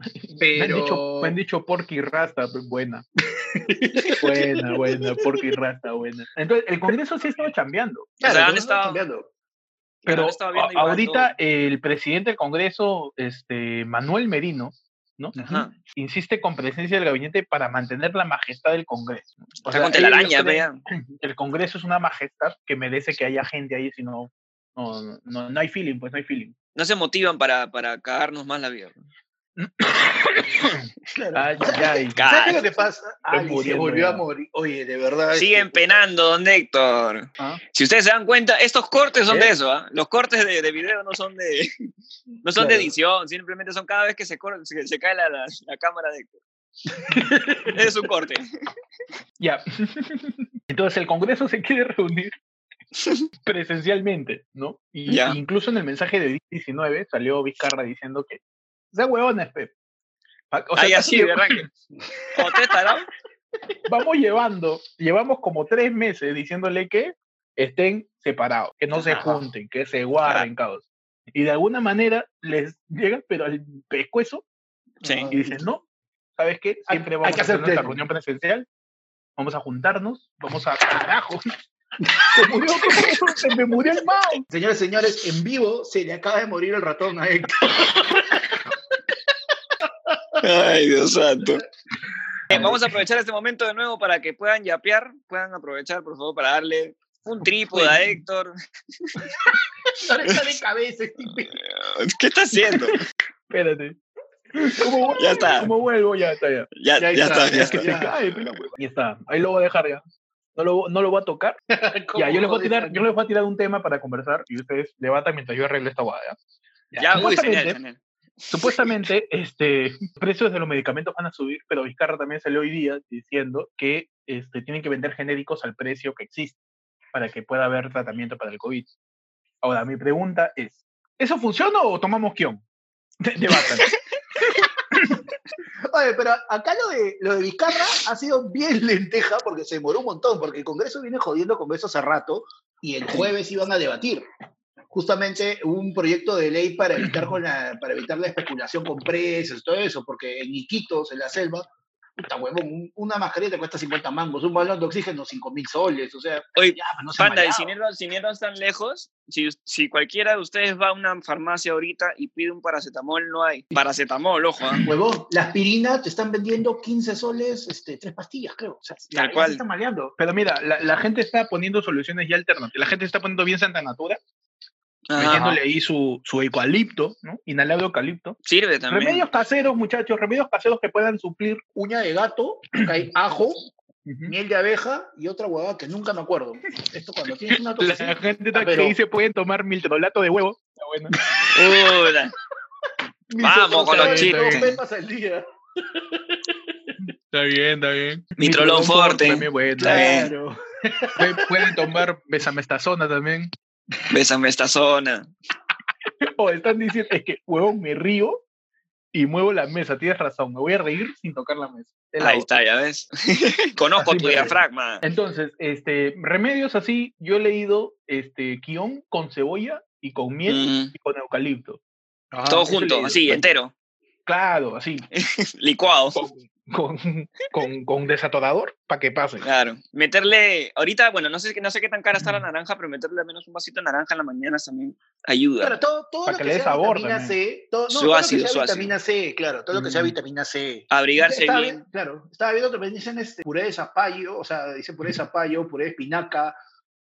Me han Pero dicho, me han dicho Porky Rasta, pues, buena. buena, buena, Porky Rasta, buena. Entonces, el Congreso sí estaba chambeando, Claro, O sea, han no estado- cambiando. pero Ahora estaba viendo a- igual ahorita el presidente del Congreso, este, Manuel Merino, ¿no? todo. Ajá. insiste con presencia del gabinete para mantener la majestad del Congreso. ¿no? O Está ellos con telaraña, creen- vea. El Congreso es una majestad que merece que haya gente ahí, si no, no, no, no hay feeling, pues no hay feeling. No se motivan para, para cagarnos más la vida. Claro. Ah, Ay, ay, ay. ¿Sabes qué es Claro. lo que pasa? Estoy Ay, se muriendo volvió ya. a morir. Oye, de verdad. Siguen este, penando, don Héctor. Ah. Si ustedes se dan cuenta, estos cortes son ¿Eh? de eso, ¿ah? Los cortes de, de video no son de no son de Claro. edición, simplemente son cada vez que se, cor- se, se cae la, la- la cámara de Héctor. es un corte. Ya. Entonces el Congreso se quiere reunir presencialmente, ¿no? Y Ya. incluso en el mensaje de 19 salió Vizcarra diciendo que sea huevones, pe. Pa- o sea, Ahí así de arranque. ¿O te tarado? vamos llevando, llevamos como tres meses diciéndole que estén separados, que no se Ajá. junten, que se guarden, caos. Y de alguna manera les llega, pero al pescuezo, Sí. y dicen, no, ¿sabes qué? Hay- Siempre hay vamos que a hacer hacer nuestra pleno". reunión presencial, vamos a juntarnos, vamos a carajo. Se murió, se me murió el mouse. Señores, señores, en vivo se le acaba de morir el ratón a Héctor. Ay, Dios santo. vamos a aprovechar este momento de nuevo para que puedan yapear, puedan aprovechar, por favor, para darle un trípode a Héctor. Ahora está de cabeza. este tipo. ¿Qué está haciendo? Espérate. ¿Cómo vuelvo? Ya está. ¿Cómo vuelvo? Ya está, ya. Ya, Ya ya está, está, ya ya Que está. se cae, pe, la hueva. Ya está. Ahí lo voy a dejar ya. No lo, no lo voy a tocar. ¿Cómo Ya, yo les voy a tirar, jodes? yo les voy a tirar un tema para conversar y ustedes debatan mientras yo arreglo esta guada. ¿ya? Ya, uy, supuestamente, señal, señal. supuestamente, este, precios de los medicamentos van a subir, pero Vizcarra también salió hoy día diciendo que este, tienen que vender genéricos al precio que existe para que pueda haber tratamiento para el COVID. Ahora, mi pregunta es, ¿eso funciona o tomamos guión? De- debatan. Oye, pero acá lo de, lo de Vizcarra ha sido bien lenteja porque se demoró un montón, porque el Congreso viene jodiendo con eso hace rato y el jueves iban a debatir justamente un proyecto de ley para evitar, con la, para evitar la especulación con precios, todo eso, porque en Iquitos, en la selva, puta huevón, un- una mascarilla te cuesta 50 mangos, un balón de oxígeno 5 mil soles, o sea, Oye, ya, pues no se Panda, y si no, si no están lejos, si, si cualquiera de ustedes va a una farmacia ahorita y pide un paracetamol, no hay. Paracetamol, ojo. ¿ah? Huevón, la aspirina te están vendiendo 15 soles, este, tres pastillas, creo. O sea, Tal ya- ya cual. se está maleando. Pero mira, la, la gente está poniendo soluciones ya alternativas. La gente está poniendo bien Santa Natura, Ajá. metiéndole ahí su, su eucalipto, ¿no? Inhalado eucalipto. Sirve también. Remedios caseros, muchachos, remedios caseros que puedan suplir Uña de gato, acá hay ajo, miel de abeja y otra huevada que nunca me acuerdo. Esto cuando tienes una pues, tos La así, gente Ah, pero- que dice pueden tomar miltonolato de huevo. Está bueno. Puta. Vamos con los Está bien, chistes. pepas al día. Está bien, está bien. Mitrolón forte. También bueno. Está bien. Claro. Pueden- Pueden tomar besamestazona también. Bésame esta zona. O están diciendo, es que, huevón, me río y muevo la mesa. Tienes razón, me voy a reír sin tocar la mesa. Es la Ahí otra. está, ya ves. Conozco Así tu me- diafragma. Entonces, este, remedios así, yo he leído este, guión con cebolla y con miel Mm, y con eucalipto. Ah, todo eso junto, le- así, este. entero. Claro, así, Licuado. con, con, con desatorador para que pase. Ah. Claro. Meterle, ahorita, bueno, no sé, no sé qué tan cara está la naranja, pero meterle al menos un vasito de naranja en la mañana también Claro, ayuda. todo, todo Para lo que que, le dé sea sabor vitamina también. C, todo, no, Su todo lo que ácido, sea su ácido. vitamina C, claro, todo lo que sea Mm. vitamina C. Abrigarse Estaba bien. vi- Claro, estaba viendo que me dicen este, puré de zapallo, o sea, dice puré de zapallo, puré de espinaca,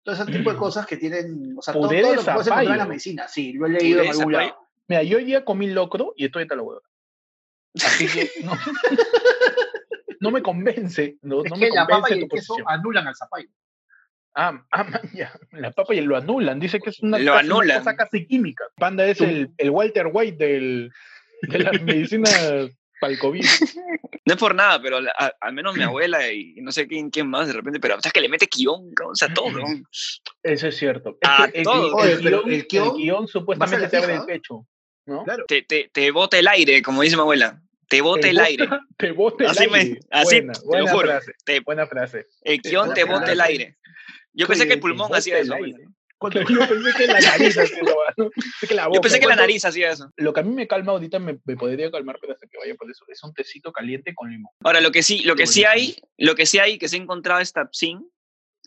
todo ese tipo de Mm. cosas que tienen, o sea, todo, Puré todo de lo que puedes encontrar en zapallo. las medicinas. Sí, lo he Puré leído en de algún zapallo. lado. Mira, yo ya comí locro y estoy hasta la hueva. Así que, no. No me convence, no, Es no me que la papa convence y tu el queso posición. anulan al zapallo. Ah, ah, man, ya. La papa y el- lo anulan. Dice que es una, Lo casi una anulan. cosa casi química. Panda es Tú- el, el Walter White del, de las medicinas para el COVID. No es por nada, pero la- a- al menos mi abuela y no sé quién, quién más de repente, pero o sea, que le mete guión, o sea, todo. ¿no? Eso es cierto. Es Ah, que el, todo. gui- el Oye, pero guión, el el guión guión supuestamente la te abre fija, el pecho. ¿no? Claro. Te, te, te bota el aire, como dice mi abuela. Te bota el bota- aire. Te bota el Así me- aire. así, buena, te lo buena juro. frase. Te- Buena frase. el te guión bota te el bota el aire. aire. Yo pensé que el Oye, pulmón te hacía bota eso. el bueno. aire. Yo pensé que la nariz hacía eso, ¿no? Pensé que la boca. Yo pensé que la ¿Cuánto- nariz hacía eso. Lo que a mí me calma ahorita me, me podría calmar, pero hasta que vaya por eso. Es un tecito caliente con limón. Ahora, lo que sí, lo que Qué sí bonito. hay, lo que sí hay que se ha encontrado es Tapsin,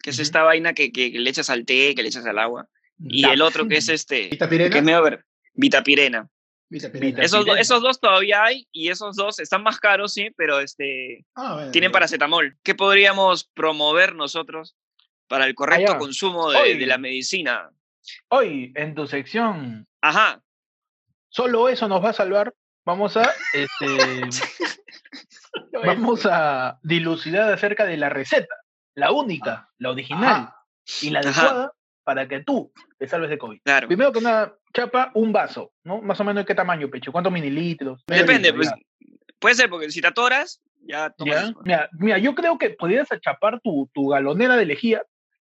que es Ujú. esta vaina que, que le echas al té, que le echas al agua. Y el otro que es este, que es Vitapirena. medio ver, vitapirena. Vitapirena. Esos, do- Vitapirena. esos dos todavía hay y esos dos están más caros, sí, pero este, Ah, bueno. tienen paracetamol. ¿Qué podríamos promover nosotros para el correcto Allá. consumo de, Oye. de la medicina? Hoy, en tu sección, Ajá, solo eso nos va a salvar. Vamos a, este, vamos a dilucidar acerca de la receta, la única, la original Ajá. y la Ajá. adecuada para que tú te salves de COVID. claro. Primero que nada, chapa un vaso, ¿no? Más o menos de qué tamaño, pecho, cuántos mililitros. Medio Depende, litro, pues, ya. puede ser porque si te atoras, ya ¿Ya? tomas. Mira, mira, yo creo que podrías achapar tu, tu galonera de lejía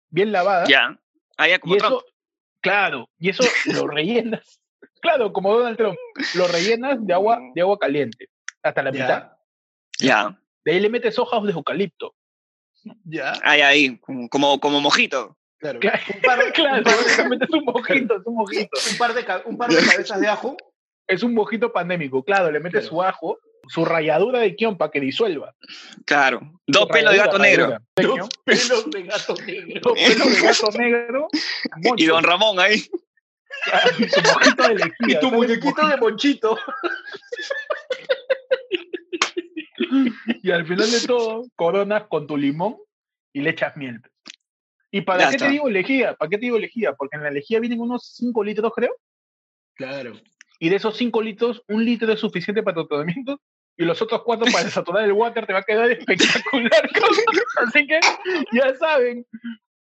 bien lavada. Ya. Ah, ya, Y como Trump. eso, claro, y eso lo rellenas. Claro, como Donald Trump, lo rellenas de agua, Mm. de agua caliente, hasta la mitad. Ya, Ya. De ahí le metes hojas de eucalipto. ya, Ahí, ahí, como, como, como mojito. claro. Claro, Un par, claro, un par de- metes un mojito, es un mojito. un par de, ca- un par de cabezas de ajo. Es un mojito pandémico, claro, le metes Claro. su ajo, su ralladura de quión para que disuelva. Claro. Dos Su pelos de ralladura, gato negro. ralladura de quión, Pelos de gato negro. Dos pelos de gato negro. Y don moncho, Ramón ahí. y tu mojito de lejía. Y tu ¿sabes? muñequito de monchito. Y al final de todo, coronas con tu limón y le echas miel. ¿Y para Ya qué está. te digo lejía? ¿Para qué te digo lejía? Porque en la lejía vienen unos 5 litros, creo, Claro. y de esos 5 litros, un litro es suficiente para tu tratamiento y los otros cuatro para saturar el water te va a quedar espectacular. con- Así que ya saben,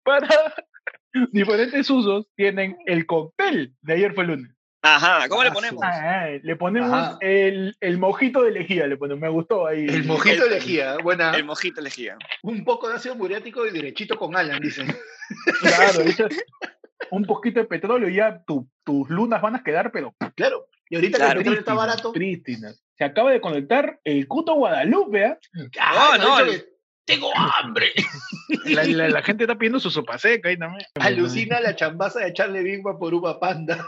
para diferentes usos tienen el cóctel de ayer fue lunes. Ajá, ¿cómo le Ah, ponemos? su- Ah, le ponemos Ajá. el, el mojito de lejía, le ponemos, me gustó ahí. El mojito El- de lejía, buena. El mojito elegía. Un poco de ácido muriático y derechito con Alan, dicen. Claro, le echas un poquito de petróleo y ya tu- tus lunas van a quedar, pero Claro. Y ahorita Claro. que el petróleo está barato. prístinas. Se acaba de conectar el cuto Guadalupe. ¿ah? ¡Ah, me No, Oh, no. ha dicho que Tengo hambre. La, la- la gente está pidiendo su sopa seca ahí también. Alucina la chambaza de echarle Bigma por uva panda.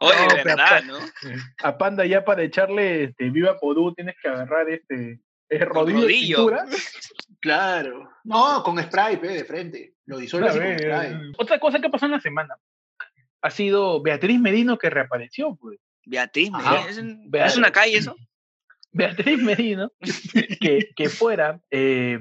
Oye, No, pero verdad, ¿no? A Panda ya para echarle este, viva Podú tienes que agarrar este eh, rodillo, de Rodillo. pintura. Claro. No, con spray, pe, de frente. Lo disuelve Una así con vez, spray. eh. Otra cosa que pasó en la semana ha sido Beatriz Medino que reapareció. Pues. Beatriz, ¿me- Ajá. ¿es, en- Beatriz. es una calle eso? Beatriz Medino, que, que fuera eh,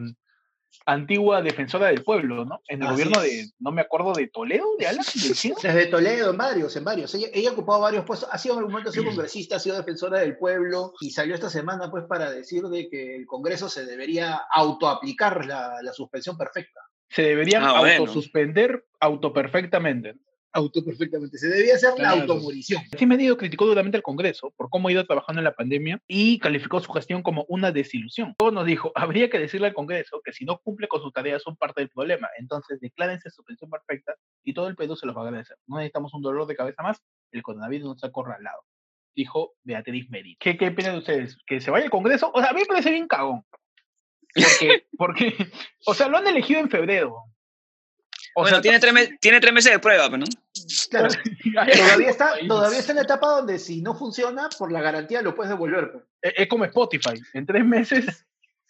antigua defensora del pueblo, ¿no? En el Así gobierno es. de, no me acuerdo, de Toledo, de Alas, de Chile. Desde Toledo, en varios, en varios. Ella, ella ha ocupado varios puestos. Ha sido en algún momento ha sido congresista, ha sido defensora del pueblo y salió esta semana pues para decir de que el Congreso se debería autoaplicar la, la suspensión perfecta. Se deberían Ah, bueno. autosuspender autoperfectamente. Auto perfectamente. Se debería hacer la Claro. automorición. Cimedio criticó duramente al Congreso por cómo ha ido trabajando en la pandemia y calificó su gestión como una desilusión. Luego nos dijo, habría que decirle al Congreso que si no cumple con sus tareas son parte del problema, entonces declárense suspensión perfecta y todo el Perú se los va a agradecer. No necesitamos un dolor de cabeza más, el coronavirus nos ha acorralado. Dijo Beatriz Meri. ¿Qué, ¿Qué opinan ustedes? ¿Que se vaya al Congreso? O sea, a mí me parece bien cagón. Porque, porque, o sea, lo han elegido en febrero. O bueno, sea, tiene, tres me- tiene tres meses de prueba, pues, ¿no? Claro. hay algo Todavía está, ahí. todavía está en la etapa donde si no funciona, por la garantía lo puedes devolver. pues. Es, es como Spotify. En tres meses.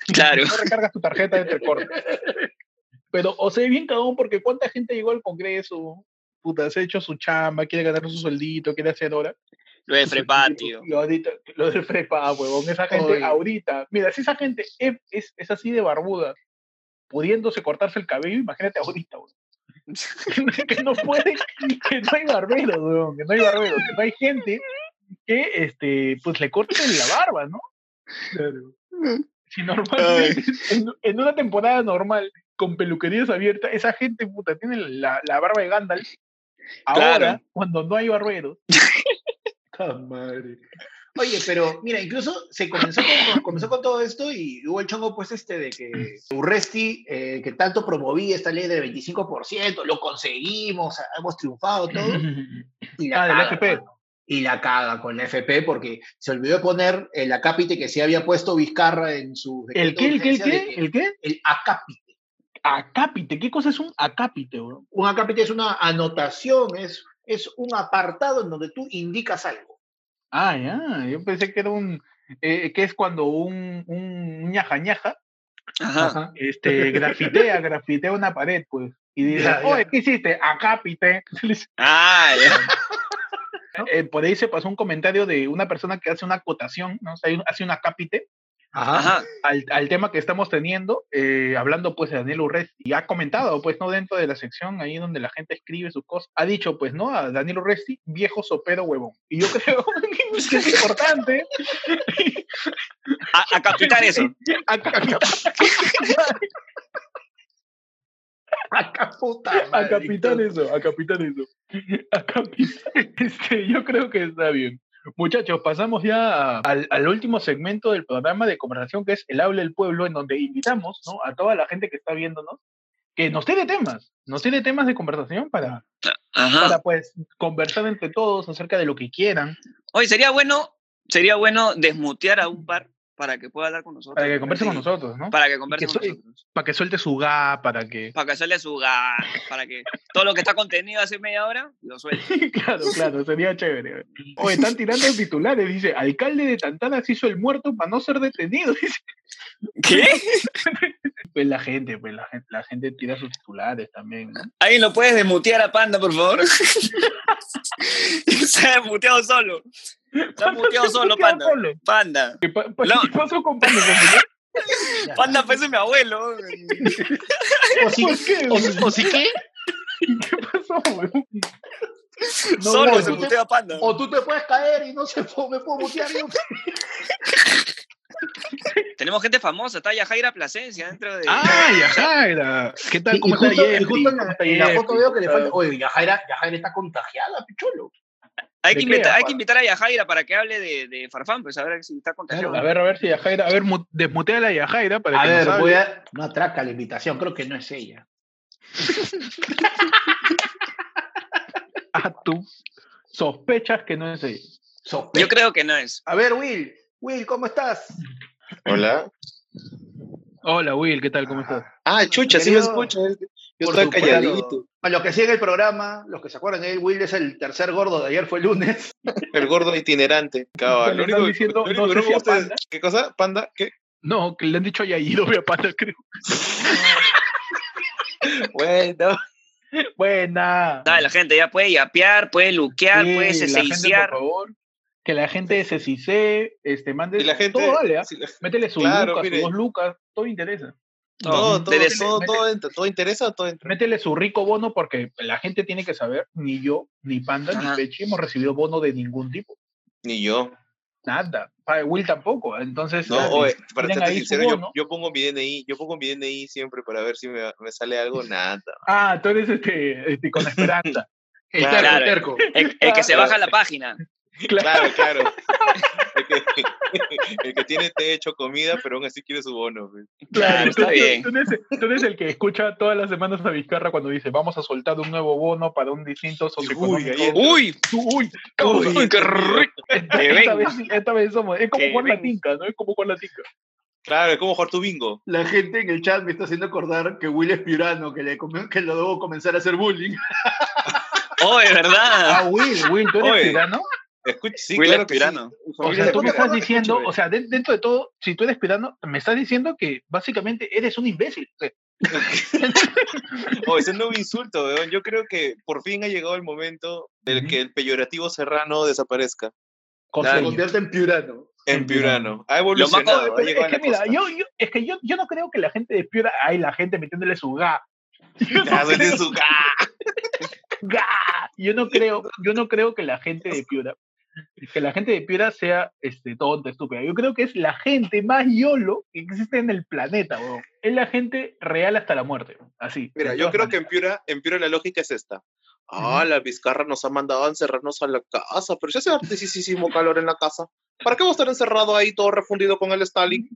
si Claro. No recargas tu tarjeta de entrecorte. Pero, o sea, bien cagón, porque cuánta gente llegó al Congreso, puta, se ha hecho su chamba, quiere ganar su soldito, quiere hacer hora. Lo de Frepa, tío. Y ahorita, lo del prepa, ah, huevón, esa gente Oye. ahorita. Mira, si esa gente es, es- es así de barbuda, pudiéndose cortarse el cabello, imagínate ahorita, huevón. que no puede, que no hay barberos, huevón, que no hay barberos, que no hay gente que este, pues le corten la barba, ¿no? Si normalmente en, en una temporada normal, con peluquerías abiertas, esa gente puta tiene la, la barba de Gandalf. Ahora, Claro. cuando no hay barberos, Ah, Oye, pero mira, incluso se comenzó con, con- comenzó con todo esto y hubo el chongo, pues, este de que Urresti, eh, que tanto promovía esta ley del 25%, lo conseguimos, hemos triunfado, todo. Y la Ah, del caga, FP. hermano. Y la caga con la FP porque se olvidó de poner el acápite que se había puesto Vizcarra en su. ¿El decreto qué, de el qué, el urgencia de qué? que- ¿El qué? el acápite. Acápite. ¿Qué cosa es un acápite, bro? Un acápite es una anotación, es, es un apartado en donde tú indicas algo. Ah, ya. Yo pensé que era un. eh, que es cuando un, un ñaja ñaja Ajá. este, grafitea, grafitea una pared, pues. Y dice, Ya, ya. oye, ¿qué hiciste? Acápite. Ah, ya. Eh, por ahí se pasó un comentario de una persona que hace una acotación, ¿no? O sea, hace un acápite. Ajá. al, al tema que estamos teniendo, eh, hablando pues de Daniel Urresti, y ha comentado, pues, ¿no? Dentro de la sección ahí donde la gente escribe sus cosas, ha dicho, pues, ¿no? A Daniel Urresti, viejo sopero huevón. Y yo creo que es importante A, a captar eso. Acá puta a madre, capital Víctor. eso, a capital eso. A capital. Este, yo creo que está bien. Muchachos, pasamos ya a- al, al último segmento del programa de conversación que es El Habla del Pueblo, en donde invitamos ¿no? a toda la gente que está viéndonos que nos tiene temas, nos tiene temas de conversación para, Ajá. para pues conversar entre todos acerca de lo que quieran, Oye, sería bueno, sería bueno desmutear a un par para que pueda hablar con nosotros. para que converse con Sí. nosotros, ¿no? Para que converse que con soy- nosotros. Para que suelte su ga, para que... Para que sale su gas, para que todo lo que está contenido hace media hora lo suelte. Claro, claro, sería chévere. Oye, están tirando titulares, dice, alcalde de Tantana se hizo el muerto para no ser detenido. dice. ¿Qué? Pues la gente, pues la gente, la gente tira sus titulares también. ¿no? ¿Alguien lo puedes desmutear a Panda, por favor? Se ha desmuteado solo. Se ha muteado solo, Queda Panda. solo. Panda. ¿Qué, pa- pa- No. qué pasó con Panda? ¿Por Panda parece mi abuelo. O si- qué? o si- ¿O sí qué? ¿Qué pasó, weón? solo no, se no. mutea Panda. o tú te puedes caer y no se po- me puedo mutear. yo. Tenemos gente famosa, está Yajaira Plasencia dentro de. Ah, ya, Jaira. ¿Qué tal? Y- ¿Cómo y está justo- y Jeffrey? justo en ¿Cómo la, está en la Jeffrey? foto veo que le falta. Oye, Yajaira, Yajaira está contagiada, picholo. ¿de hay, que qué, invitar, hay Juan? que invitar a Yajaira para que hable de, de Farfán, pues a ver si está contagiado. A ver, a ver si Yajaira, a ver, mu- desmutea a la Yajaira para A que ver, nos hable. voy a. No atraca la invitación, creo que no es ella. Ah, tú sospechas que no es ella. Sospe- Yo creo que no es. A ver, Will. Will, ¿cómo estás? Hola. Hola, Will, ¿qué tal? ¿Cómo estás? Ah, chucha, sí me Querido- escucho. Yo Por estaba supuesto. calladito. Para los que siguen el programa, los que se acuerdan de él, Will es el tercer gordo de ayer, fue el lunes. El gordo itinerante. Cabal, Le lo están único, diciendo, lo único no que no sé me si a gusta es- Panda. ¿Qué cosa? ¿Panda? ¿Qué? No, que le han dicho a Yair, obvio, a Panda, creo. Bueno. Buena. Sabe, La gente ya puede yapear, puede luquear, Sí, puede la gente, por seseicear. favor, que la gente se CIC, este, mande Si la gente. todo, vale, ¿ah? si la- métele su Claro, lucas, mire. sus dos lucas, todo interesa. Todo, todo, Interesa. todo, todo, entra, todo interesa o todo entra. Métele su rico bono porque la gente tiene que saber, ni yo, ni Panda, Ajá. ni Pechi hemos recibido bono de ningún tipo. Ni yo. Nada. Pa- Will tampoco. Entonces, No, ah, oye, para tienen ser ahí su sincero, yo, bono. yo pongo mi DNI, yo pongo mi DNI siempre para ver si me, me sale algo, nada. ah, tú eres este, este, con esperanza. El Claro. terco, el terco. El, el que se baja la página. Claro, claro. El que, el que tiene techo, comida, pero aún así quiere su bono. pues. Claro, tú, está bien. tú eres, tú eres el que escucha todas las semanas a Vizcarra cuando dice, vamos a soltar un nuevo bono para un distinto socioeconómico. ahí entra. Uy, Tú, uy, causa. uy, qué rico. Que esta, venga. vez, esta vez somos, es como Que Juan la venga. tinca, ¿no? Es como Juan la tinca. Claro, es como jugar tu bingo. La gente en el chat me está haciendo acordar que Will es piurano, que le, come- que lo debo comenzar a hacer bullying. Oh, de verdad. Ah, Will, Will, tú eres Oye. tirano. Escucha, sí, Will claro es que sí. pirano. O sea, tú me estás diciendo, o sea, de- dentro de todo, si tú eres pirano, me estás diciendo que básicamente eres un imbécil. O sea, Oh, ese es un nuevo insulto, weón. Yo creo que por fin ha llegado el momento del Ujú. que el peyorativo serrano desaparezca. Se costeño. convierte en piurano. En En Piurano. Ha Lo más evolucionado. jodido, ha pero llegado es a que la mira, costa. yo, yo- es que yo, yo no creo que la gente de Piura, ay, la gente metiéndole su ga, Ya, vete su- ¡Ah! ga. Yo no creo, yo no creo que la gente de Piura, que la gente de Piura sea este, tonta, estúpida. Yo creo que es la gente más yolo que existe en el planeta, weón. Es la gente real hasta la muerte. Así. Mira, de yo todas creo que maneras. en Piura, en Piura la lógica es esta. Ah, la Vizcarra nos ha mandado a encerrarnos a la casa, pero ya hace hartísimo calor en la casa. ¿Para qué voy a estar encerrado ahí todo refundido con el Stalin?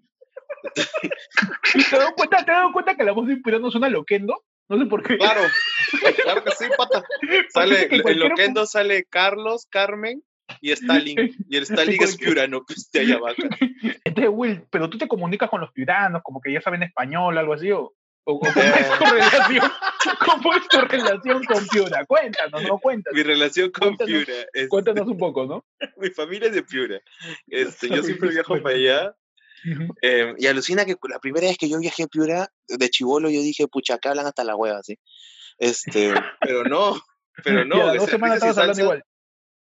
¿Te das cuenta, te das cuenta que la voz de Piura no suena loquendo? No sé por qué. Claro, eh, claro que sí, pata. Sale, Parece que en cualquier- Loquendo sale Carlos, Carmen y Stalin. Y el Stalin es Cualquier- Piurano, pues de allá vaca. Este, Will, pero tú te comunicas con los piuranos, como que ya saben español, algo así, o, o- o cómo, Eh. es tu relación, cómo es tu relación con Piura. Cuéntanos, no cuéntanos. Mi relación con Cuéntanos- Piura es... Cuéntanos un poco, ¿no? Mi familia es de Piura. Este, yo Familia siempre es viajo Piura. para allá. Eh, y alucina que la primera vez que yo viajé a Piura, de chivolo, yo dije, pucha, acá hablan hasta la hueva, ¿sí? Este, pero no, pero no. Y a las o dos sea, semanas risas, estabas y hablando salsas, igual.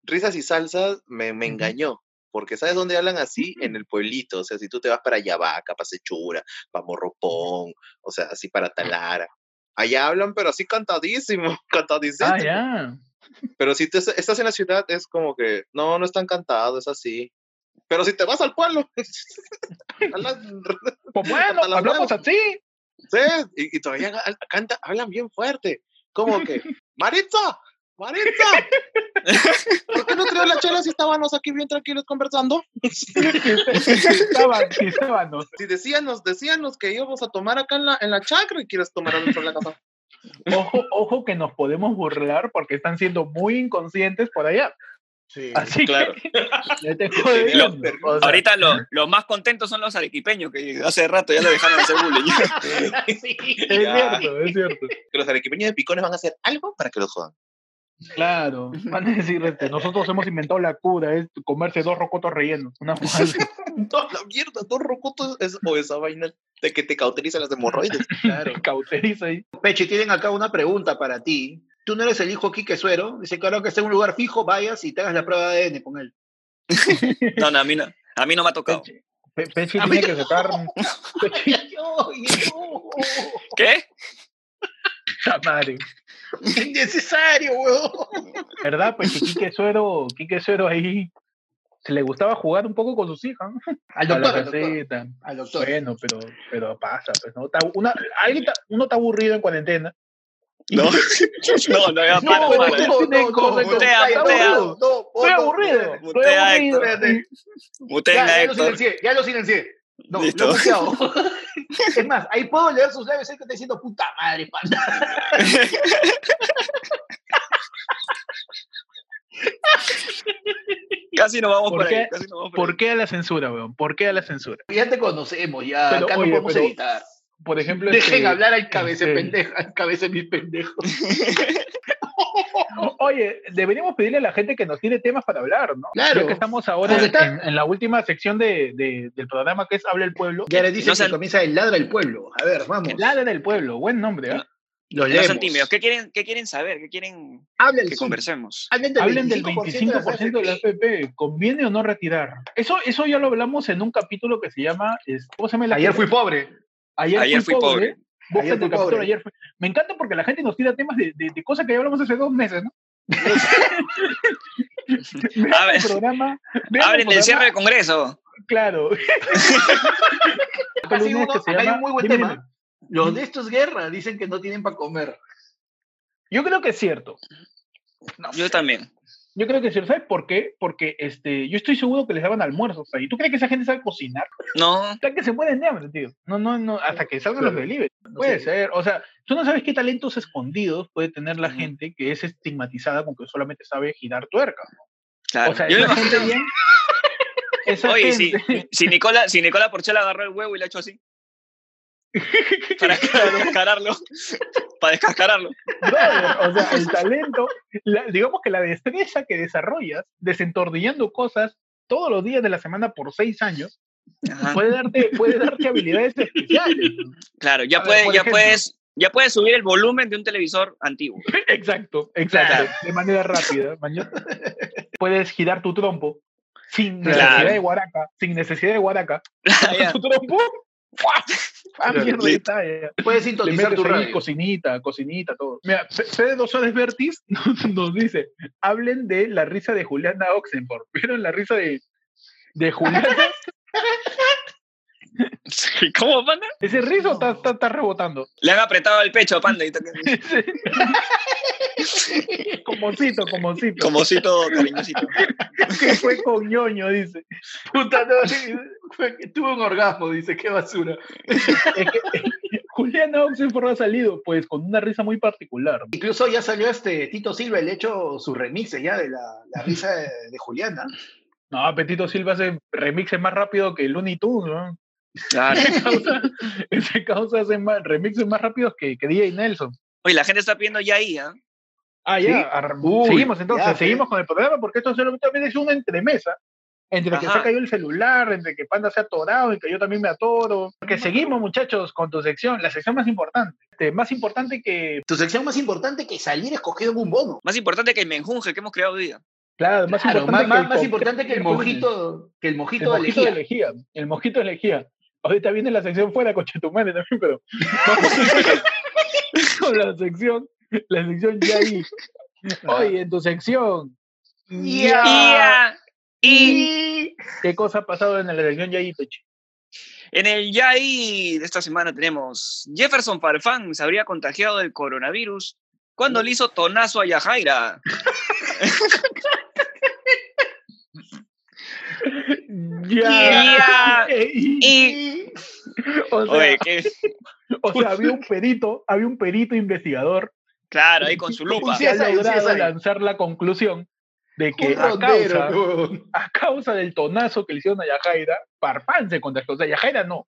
risas y salsas me, me engañó. Porque ¿sabes dónde hablan así? En el pueblito. O sea, si tú te vas para Yabaca, para Sechura, para Morropón, o sea, así para Talara. Allá hablan, pero así cantadísimo, cantadísimo. Ah, ya. Pero si te- estás en la ciudad, es como que, no, no es tan cantado, es así. Pero si te vas al pueblo, hablan- Pues bueno, Hasta las hablamos nueve. así. sí, y, y todavía ga- canta, hablan bien fuerte. Como que, Maritza, Maritza, ¿por qué no traes la chela si estábamos aquí bien tranquilos conversando? Estaban, sí, estaban, ¿no? Si decíanos, decíanos que íbamos a tomar acá en la, en la chacra y quieres tomar adentro de la casa. Ojo, ojo que nos podemos burlar porque están siendo muy inconscientes por allá. Sí. Así Claro. que ya te jode. Lo- O sea, Ahorita lo- los más contentos son los arequipeños, que hace rato ya lo dejaron hacer bullying. es cierto, es cierto. Que los arequipeños de picones van a hacer algo para que los jodan. Claro, van a decir, este, nosotros hemos inventado la cura, es comerse dos rocotos rellenos. Una jugada así. No, la mierda, dos rocotos es, o esa vaina de que te cauteriza las hemorroides. Claro. cauteriza ahí. Pechi, tienen acá una pregunta para ti. Tú no eres el hijo Quique Suero. Dice que ahora que esté en un lugar fijo, vayas y te hagas la prueba de ADN con él. No, no, a mí no. A mí no me ha tocado. Pechi, Pe- Pechi A mí tiene que sacar. Pechi, ¿Qué? puta madre. Innecesario, weón. ¿Verdad? Pues que Quique Suero, Quique Suero ahí se le gustaba jugar un poco con sus hijas. ¿no? Al A la doctor, al doctor. receta. Al doctor. Bueno, pero, pero pasa, pues, ¿no? Está- una- alguien está- uno está aburrido en cuarentena. No, no, no, ya para, No, para. no, no, no, mutea, está mutea. aburrido. No, Estoy no, aburrido. espérate, Estoy Mutea, aburrido. espérate. Muteen Ya, a ya lo Héctor. silencié, ya lo silencié. No, Listo. no muteado. Es más, ahí puedo leer sus labios, él que está diciendo puta madre, panda. Casi nos vamos ¿Por por, qué? ahí. Casi nos vamos por, ¿Por qué a la censura, weón? ¿Por qué a la censura? Ya te conocemos, ya. Pero, acá no oye, podemos pero- editar. Por ejemplo, Dejen este, hablar al cabeza este- pendeja, al cabeza mis pendejos. O- Oye, deberíamos pedirle a la gente que nos tire temas para hablar, ¿no? Claro. Ya que estamos ahora Porque está- en, en la última sección de, de- del programa que es Habla el Pueblo. Ya le dicen No sean- que comienza el ladra el pueblo. A ver, vamos. Ladra del Pueblo, buen nombre, ¿ah? Los ahí. No sean leemos. tímidos. ¿Qué quieren, ¿Qué quieren saber? ¿Qué quieren Hablen que conversemos? Hablen del Hablen del 25% 25% de la FP. ¿Conviene o no retirar? Eso, eso ya lo hablamos en un capítulo que se llama. es- ¿Cómo se llama? el- Ayer fui pobre. Ayer, Ayer fui pobre. Vos fuiste Ayer fui el captor, pobre. ayer fue- Me encanta porque la gente nos tira temas de, de- de cosas que ya hablamos hace dos meses, ¿no? Vean A ver. Pues, el programa. vean el Hablen del programa, cierre del Congreso. Claro. Acá hay Columna uno- que se acá hay llama- un muy buen Dime, tema. dime. Los de estos guerra dicen que no tienen para comer. Yo creo que es cierto. Yo también. Yo creo que es cierto. ¿Sabes por qué? Porque este, yo estoy seguro que les daban almuerzos ahí. ¿Tú crees que esa gente sabe cocinar? No, Hasta que se mueren de hambre, tío. No, no, no, hasta que salgan los delivery. Puede sé. ser. O sea, tú no sabes qué talentos escondidos puede tener la Ujú. gente que es estigmatizada con que solamente sabe girar tuerca. claro. O sea, Yo me esa gente imagino- bien. Esa Oye, si, gente. si Nicola, si Nicola Porchela agarró el huevo y le echó así. Para descascararlo. Para descascararlo. brother, o sea, el talento, la- digamos que la destreza que desarrollas desentornillando cosas todos los días de la semana por seis años Ajá. puede darte, puede darte habilidades especiales. Claro, ya, A ver, puede- por ya ejemplo. puedes. Ya puedes subir el volumen de un televisor antiguo. Exacto, exacto. De manera rápida. maño. Puedes girar tu trompo sin Claro. Ah, necesidad de guaraca, sin necesidad de guaraca. Ya. Tu trompo. ¡fua! Ah, Claro, mierda, ahí está, ya. Puedes Le sintonizar metes tu ahí radio. cocinita, cocinita, todo. Mira, Fe- Fede Dos Horas Vertis nos, nos dice, hablen de la risa de Juliana Oxenborg. ¿Vieron la risa de, de Juliana? ¿Cómo, panda? Ese rizo está, está- está rebotando. Le han apretado el pecho, panda. Y Comocito, comocito. Como si todo cariñosito. que fue con ñoño, dice. Puta, no, sí, fue que tuvo un orgasmo, dice, qué basura. Es que Juliana Oxenborg ha salido, pues, con una risa muy particular. Incluso ya salió este Tito Silva, el hecho sus remises ya de la, la risa de, de Juliana. No, Apetito Silva hace remixes más rápido que Looney Tunes, ¿no? Claro. Causa- Ese causa hace más, remixes más rápidos que, que DJ Nelson. Oye, la gente está pidiendo ya ahí, ¿ah? Ah, Sí. ya. ar- Uy, seguimos entonces, ya, seguimos con el programa porque esto solamente también es una entremesa. Entre que se Ajá. ha caído el celular, entre que Panda se ha atorado y que yo también me atoro. Porque seguimos, muchachos, con tu sección, la sección más importante. Este, más importante que, Tu sección más importante que salir escogido en un bono. Más importante que el menjunje que hemos creado hoy día. claro, más Claro, importante más, que más- el más cóctel importante que el de mojito. mojito, que el El mojito de mojito de lejía. lejía. El mojito de lejía. Ahorita viene la sección fuera, coche tu madre también, pero. con la sección, la sección ya ahí. Oye, en tu sección, Ya. Ya. Y Y ¿qué cosa ha pasado en la sección ya ahí, Peche? en el ya ahí de esta semana tenemos Jefferson Farfán se habría contagiado del coronavirus cuando le hizo tonazo a Yajaira. Ya. Ya. Ey. Y O sea, oye, que o sea, había un perito, había un perito investigador claro, ahí con su que lupa. Sí, ha es ahí, sí, es logrado ahí. lanzar la conclusión de que un a rondero, causa, huevón. a causa del tonazo que le hicieron a Yajaira, Farfán se contagió. O sea, Yajaira no,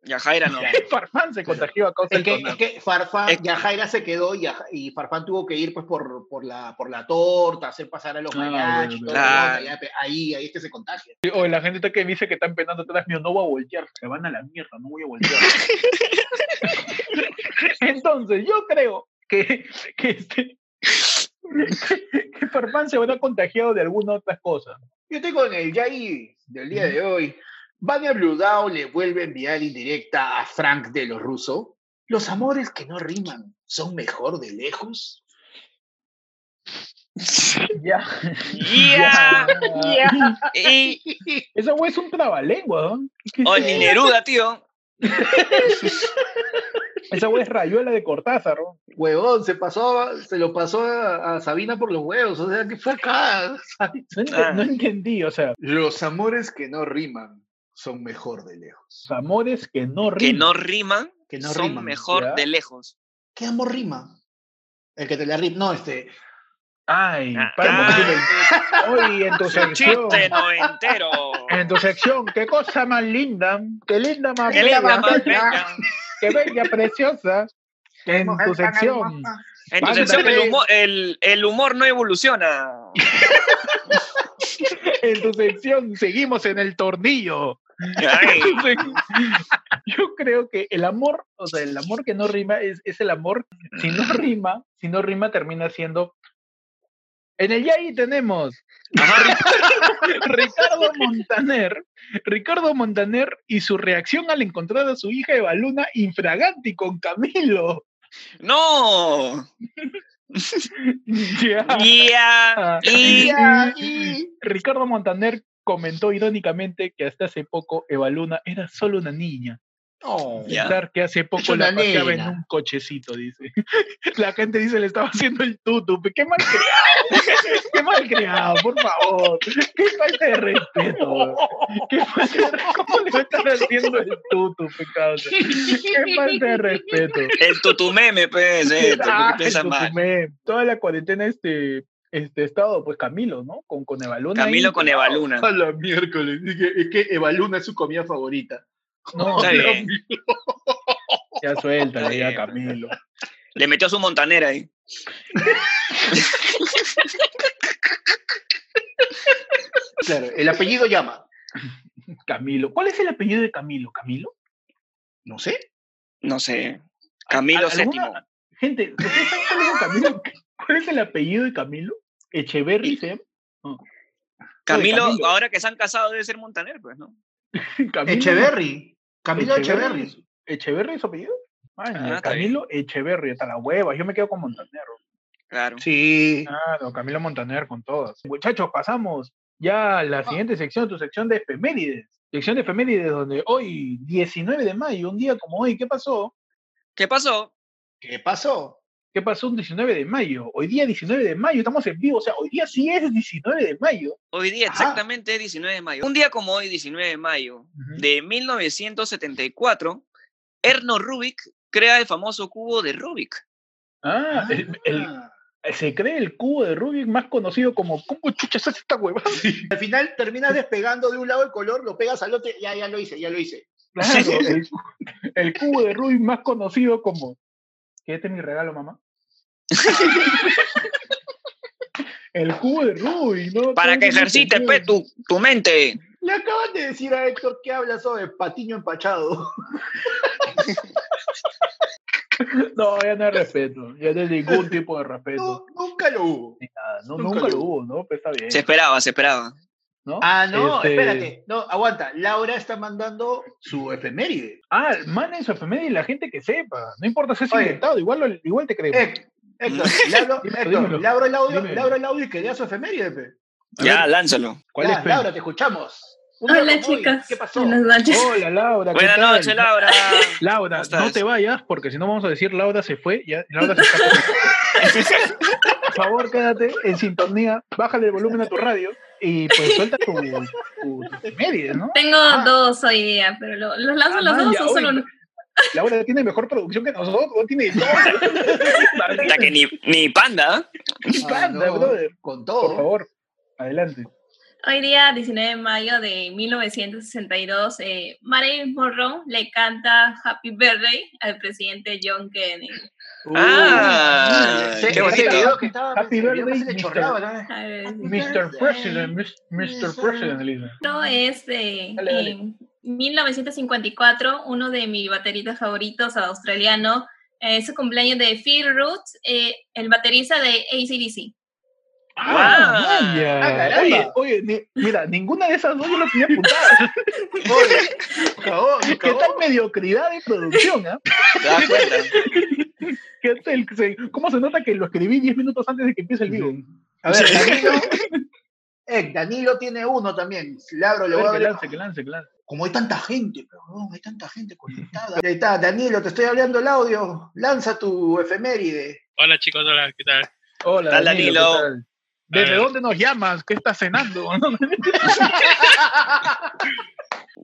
Yajaira no. Farfán se contagió a causa del Es que, es tonazo. que Farfán, Es- ya Jaira se quedó y, Aj- y Farfán tuvo que ir pues por, por, la, por la torta, hacer pasar a los Ah, mariachis, bueno, toda la claro. onda, ya, pe- ahí, ahí es que se contagia. O la gente está que dice que están penando atrás mío, no voy a voltear, se van a la mierda, no voy a voltear. Entonces, yo creo que, que, este, que Farfán se habrá contagiado de alguna otra cosa. Yo tengo en el Yay del día de hoy. Vania Bludau le vuelve a enviar indirecta a Frank de los rusos. Los amores que no riman son mejor de lejos. Ya. Ya. Y Esa güey es un trabalengua, ¿no? oye, Neruda, tío. Esa güey es rayuela de Cortázar, ¿no? Huevón, se pasó, se lo pasó a, a Sabina por los huevos. O sea, que fue acá. ¿sabes? No, ent- Ah. no entendí, o sea, Los amores que no riman son mejor de lejos. los amores que no Que rimen. no riman, Que no son riman, mejor ya. de lejos. ¿Qué amor rima? El que te la rima. No, este. Ay, Ah, para Hoy en tu su sección, chiste noventero. en tu sección, qué cosa más linda, qué linda más Qué bella, linda más bella. qué bella preciosa. En tu sección, En tu Banda sección, el tres. humor, el, el humor no evoluciona. en tu sección, seguimos en el tornillo. Ay, Yo creo que el amor, o sea, el amor que no rima es, es el amor, si no rima, si no rima termina siendo... En el Yay tenemos Ricardo Montaner, Ricardo Montaner y su reacción al encontrar a su hija Eva Luna infraganti con Camilo. ¡No! Ya. Ya, y- Ya, y- Ricardo Montaner comentó irónicamente que hasta hace poco Eva Luna era solo una niña. Ya. Pensar que hace Es poco una la paseaba en nena. un cochecito, dice. La gente dice le estaba haciendo el tutu. pe- Qué mal creado. Qué mal creado, por favor. Qué falta de respeto. Qué falta de respeto. ¿Cómo le va a estar haciendo el tutu, pe, causa? Qué falta de respeto. El tutumeme, pues, eh, Ah, porque piensa el mal. Tucumán. Toda la cuarentena este, este estado, pues Camilo, ¿no? Con, con Evaluna. Camilo ahí. con Evaluna. A la miércoles. Es que, es que Evaluna es su comida favorita. No, Está bien. ya suéltalo, Está ya bien. Camilo. Le metió su montanera ahí. Claro, el apellido llama. Camilo. ¿Cuál es el apellido de Camilo? ¿Camilo? No sé. No sé. Camilo ¿Al- alguna- VII. Gente, ¿ustedes saben cuál es el Camilo? ¿Cuál es el apellido de Camilo? Echeverry, se llama? Camilo, Camilo. ahora que se han casado, debe ser montaner, pues, ¿no? Camilo- Echeverry. Camilo Echeverry. Echeverry. ¿Echeverry es su apellido? Maña, Ah, está Camilo Echeverry, hasta la hueva. Yo me quedo con Montaner. Claro. Sí. Claro, Camilo Montaner con todas. Muchachos, pasamos ya a Ah. la siguiente sección, tu sección de efemérides. Sección de efemérides donde hoy, 19 de mayo, un día como hoy, ¿qué pasó? ¿Qué pasó? ¿Qué pasó? ¿Qué pasó un 19 de mayo? Hoy día 19 de mayo, estamos en vivo, o sea, hoy día sí es 19 de mayo. Hoy día, Ah. exactamente 19 de mayo. Un día como hoy, 19 de mayo de 1974, Erno Rubik crea el famoso cubo de Rubik. Ah, el- el- Ah. se cree el cubo de Rubik más conocido como ¿Cómo chuchas hace esta hueva? Al final terminas despegando de un lado el color, lo pegas al otro. Ya, ya lo hice, ya lo hice. Claro, el, el cubo de Rubik más conocido como. ¿Qué este es mi regalo, mamá? el cubo de Rubik, ¿no? Para Todo que tiene ejercite, sentido. pues, pe, tu, tu mente. Le acaban de decir a Héctor que habla sobre patiño empachado. No, ya no hay respeto. Ya no hay ningún tipo de respeto. No, nunca lo hubo. Ni nada. No, nunca nunca lo lo hubo, ¿no? Pues está bien. Se esperaba, se esperaba. ¿no? Ah, no, Este- espérate. No, aguanta. Laura está mandando su efeméride. Ah, manden su efeméride y la gente que sepa. No importa si es Oye. inventado, igual, lo- igual te creemos. Héctor, Héctor, Laura, Eh, Dímelo, dímelo. Héctor, Laura el audio, Dime. Laura el audio y que dé su efeméride. Pe. A ya, ver, lánzalo. ¿Cuál Ya, es, Fe? Laura, te escuchamos. Un día Hola como hoy, chicas. ¿Qué pasó? Buenas noches. Hola, Laura. ¿qué Buenas tal? noches, Laura. Laura, ¿Cómo estás? no te vayas, porque si no vamos a decir Laura se fue. Ya, Laura se está- Por favor, quédate en sintonía, bájale el volumen a tu radio y pues suelta tu, tu, tu efeméride, ¿no? Tengo dos hoy día, pero lo- los lanzo Ah, los man, dos ya, o solo hoy- uno. Laura tiene mejor producción que nosotros, tiene todo. Hasta que ni, ni panda. ¿eh? Ah, Panda, no, brother. Con Por Oh. todo. favor, adelante. Hoy día, 19 de mayo de 1962, eh, Marilyn Monroe le canta Happy Birthday al presidente John Kennedy. Ah, Ese- qué ese bonito. video que estaba, Happy ese video birthday, casi le Mr. chorreaba, ¿no? A ver, Mr. President, Mr. Mr. President, Elisa. Esto es de Dale, dale. en 1954, uno de mis bateristas favoritos australiano, eh, es el cumpleaños de Phil Roots, eh, el baterista de ACDC. Ah, Ah, vaya. ah, caramba. Oye, oye, ni- mira, ninguna de esas dos yo lo tenía apuntada. Oye, por favor, por ¿Qué favor. tal mediocridad de producción? ah? ¿Te das cuenta? ¿Qué tal se- ¿Cómo se nota que lo escribí 10 minutos antes de que empiece el vivo? A ver, Danilo. Eh, Danilo tiene uno también. Labro, A lo ver, voy a que abrir. lance, que lance, que lance. Como hay tanta gente, perdón, hay tanta gente conectada. Ahí está, Danilo, te estoy hablando el audio. Lanza tu efeméride. Hola chicos, hola, ¿qué tal? Hola, Hola, Danilo. ¿qué tal? ¿Desde Ah. dónde nos llamas? ¿Qué estás cenando?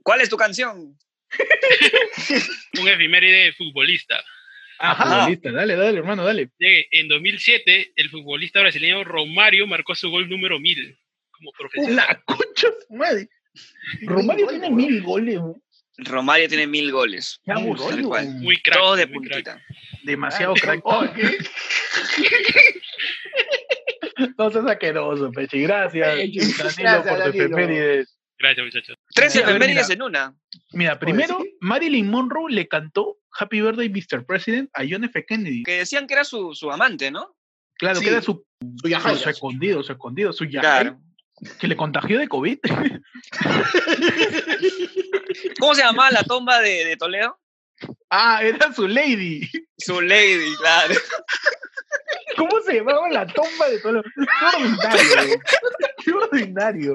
¿Cuál es tu canción? Un efeméride de futbolista. Ah, Ajá. futbolista, dale, dale, hermano, dale. Llegué, En 2007, el futbolista brasileño Romario marcó su gol número 1000 como profesional. La concha de su madre. Romario goles, tiene weón. mil goles. weón. Romario tiene mil goles. Qué Mil aburrido, goles, weón. weón. Muy crack. Todos de muy crack. puntita. Demasiado Ay, crack. oye, No seas asqueroso, Pechi. Gracias, Pechi. Danilo, Gracias, por tu Danilo. efemérides. Gracias muchachos. Tres Mira, efemérides mira. en una. Mira, primero, sí. Marilyn Monroe le cantó Happy Birthday, Mr. President, a John F. Kennedy. Que decían que era su, su amante, ¿no? Claro, Sí. que era su, su su, Yajaira. escondido, su escondido, su yajaira. Claro. Que le contagió de COVID. ¿Cómo se llamaba la tumba de, de Toledo? ah, era su lady. Su lady, claro. ¿Cómo se llamaba la tumba de Toledo? Qué ordinario. Qué ordinario.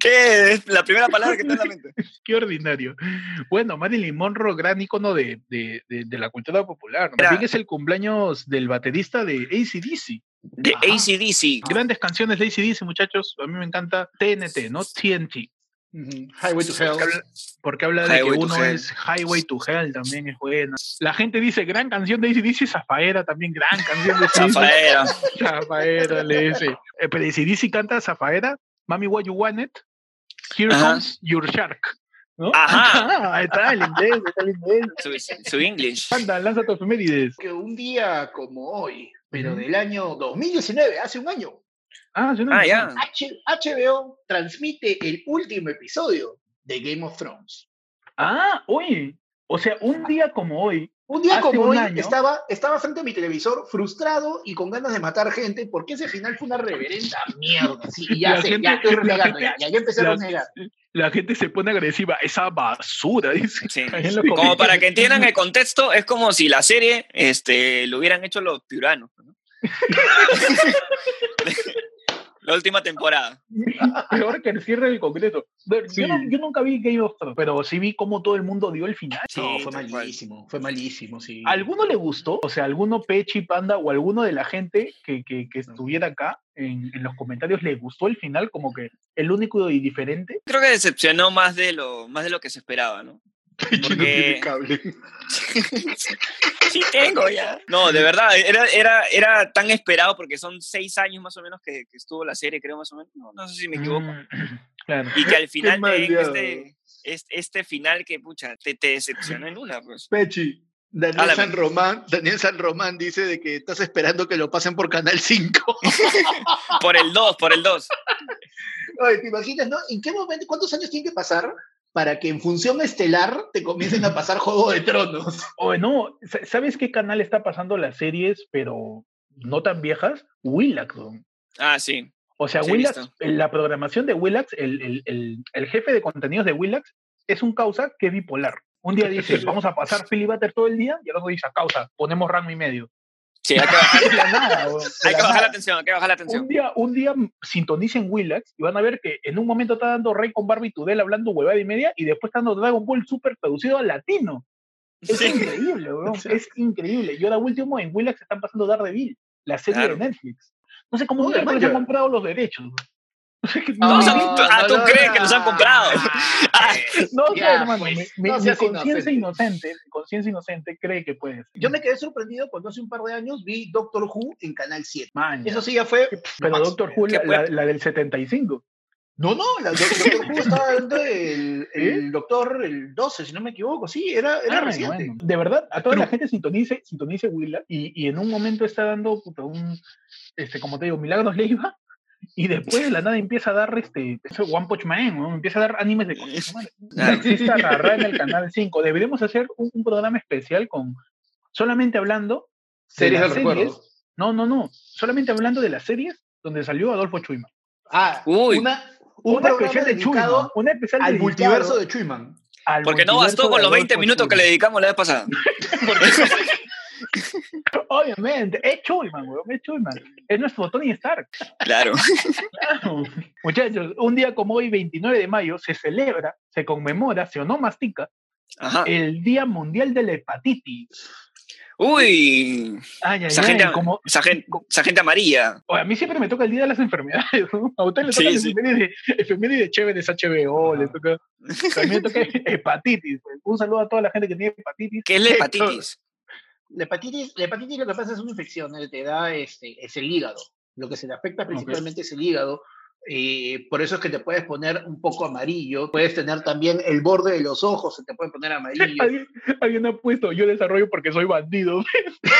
¿Qué es la primera palabra que está en la mente? Qué ordinario. Bueno, Marilyn Monroe, gran ícono de, de, de, de la cultura popular. ¿no? Era- También es el cumpleaños del baterista de ACDC. De Ajá. ACDC. Grandes canciones de ACDC, muchachos. A mí me encanta TNT, ¿no? TNT. Ujú. Highway to Hell. Porque habla, porque habla de Highway que to uno Hell. es Highway to Hell, también es buena. La gente dice, gran canción de ACDC, Zafaera, también gran canción de ACDC. Zafaera. Zafaera, le dice. Eh, Pero ACDC canta Zafaera, Mami What You Want It, Here Ajá. Comes Your Shark. ¿no? Ah, Ajá. Ahí está el inglés, ahí está el inglés. Su, su English. Anda, lanza tu efemérides. Que un día como hoy, pero Ujú. del año 2019, hace un año, Ah, yo no Ah, me- ya. H- HBO transmite el último episodio de Game of Thrones. Ah, oye. O sea, un día como hoy, Un día Hace como un hoy año. estaba, estaba frente a mi televisor frustrado y con ganas de matar gente porque ese final fue una reverenda mierda. Sí, y ya La sé, gente- ya estoy la renegando, gente- ya, ya, ya empecé la- a renegar. la gente se pone agresiva. Esa basura, dice. Sí. Ahí en los Como comentarios. para que entiendan el contexto, es como si la serie este, lo hubieran hecho los piuranos. ¿no? la última temporada. Peor que el cierre del Congreso. Pero Sí. Yo, no- yo nunca vi Game of Thrones, pero sí vi cómo todo el mundo dio el final. Sí, no, fue tal cual. malísimo, fue malísimo, sí. ¿A ¿Alguno le gustó? O sea, ¿alguno Pechi, Panda o alguno de la gente que, que- que estuviera acá en, en los comentarios le gustó el final? Como que el único y diferente. Creo que decepcionó más de lo, más de lo que se esperaba, ¿no? Pechi no Porque- tiene cable. Sí tengo ya. No, de verdad, era, era, era tan esperado porque son seis años más o menos que, que estuvo la serie, creo más o menos. No, no sé si me equivoco. Mm, claro. Y que al final mal te den liado. este, este, este final que, pucha, te, te decepcionó en una, pues. Pechi. A la Daniel San, vez. Román, Daniel San Román dice de que estás esperando que lo pasen por Canal 5. Por el 2, por el 2. Oye, ¿te imaginas, no? ¿En qué momento, cuántos años tiene que pasar para que en función estelar te comiencen a pasar Juego de Tronos? O no, sa- ¿sabes qué canal está pasando las series, pero no tan viejas? Willax. ¿no? Ah, sí. O sea, Sí, he Willax, visto. en la programación de Willax, el, el- el- el jefe de contenidos de Willax es un causa que es bipolar. Un día dice, vamos a pasar Philly Butter todo el día, y al otro dice, causa, ponemos rango y medio. Sí, hay que bajar, De la nada, weón, de hay la que bajar la nada. atención, hay que bajar la Un atención. día, un día sintonicen Willax y van a ver que en un momento está dando Rey con Barbie Tudel hablando huevada y media y después está dando Dragon Ball super traducido al latino. Es Sí. increíble, weón, es increíble. Y ahora último, en Willax están pasando Daredevil, la serie Claro. de Netflix. No sé cómo Oye, miércoles han vaya. comprado los derechos. No sé qué- No, no, o sea, sé- tú- ah, ¿tú crees que los han comprado? Ah, Eh, no sé, Ya, hermano, pues, mi- mi, no mi seas conciencia inocente. inocente, mi conciencia inocente cree que puede ser. Yo me quedé sorprendido cuando hace un par de años vi Doctor Who en Canal 7. Maña. Eso sí ya fue... Pero Max, Doctor Who, ¿qué la, puede- la- la del 75. No, no, la, Doctor Who estaba dando el, el doctor, el 12, si no me equivoco. Sí, era, era Ah, reciente. bueno. De verdad, a toda la gente sintonice, sintonice Willa y, y en un momento está dando puta, un, este, como te digo, Milagros Leiva y después de la nada empieza a dar este, ese One Punch Man, ¿no? empieza a dar animes de cosas. Claro. Exista agarrar en el canal 5. Deberíamos hacer un, un programa especial con solamente hablando de Series las del recuerdo. No, no, no. Solamente hablando de las series donde salió Adolfo Chuima. Ah, Uy. una, un Una programa especial de Chuima. dedicado Una especial al dedicado multiverso de Chuyman. al Porque no multiverso bastó con de los 20 Adolfo minutos que Schulman. le dedicamos la vez pasada. Obviamente, es Chulman, weón, es Chulman. Es nuestro Tony Stark. Claro. Claro. Muchachos, un día como hoy, 29 de mayo, se celebra, se conmemora, se onomastica Ajá. el Día Mundial de la Hepatitis. eh, Uy. Ay, ay, Esa ay, gente, como, esa gente, esa gente amarilla. oye, a mí siempre me toca el Día de las Enfermedades. ¿no? A usted le toca Sí, el sí. efeméride- efeméride chéveres HBO, le toca, también le toca hepatitis. Un saludo a toda la gente que tiene hepatitis. ¿Qué es la hepatitis? La hepatitis, la hepatitis lo que pasa es una infección, ¿no? te da este, es el hígado. Lo que se le afecta principalmente es el hígado. eh, por eso es que te puedes poner un poco amarillo. Puedes tener también el borde de los ojos, se te puede poner amarillo. Alguien, alguien ha puesto, yo desarrollo porque soy bandido.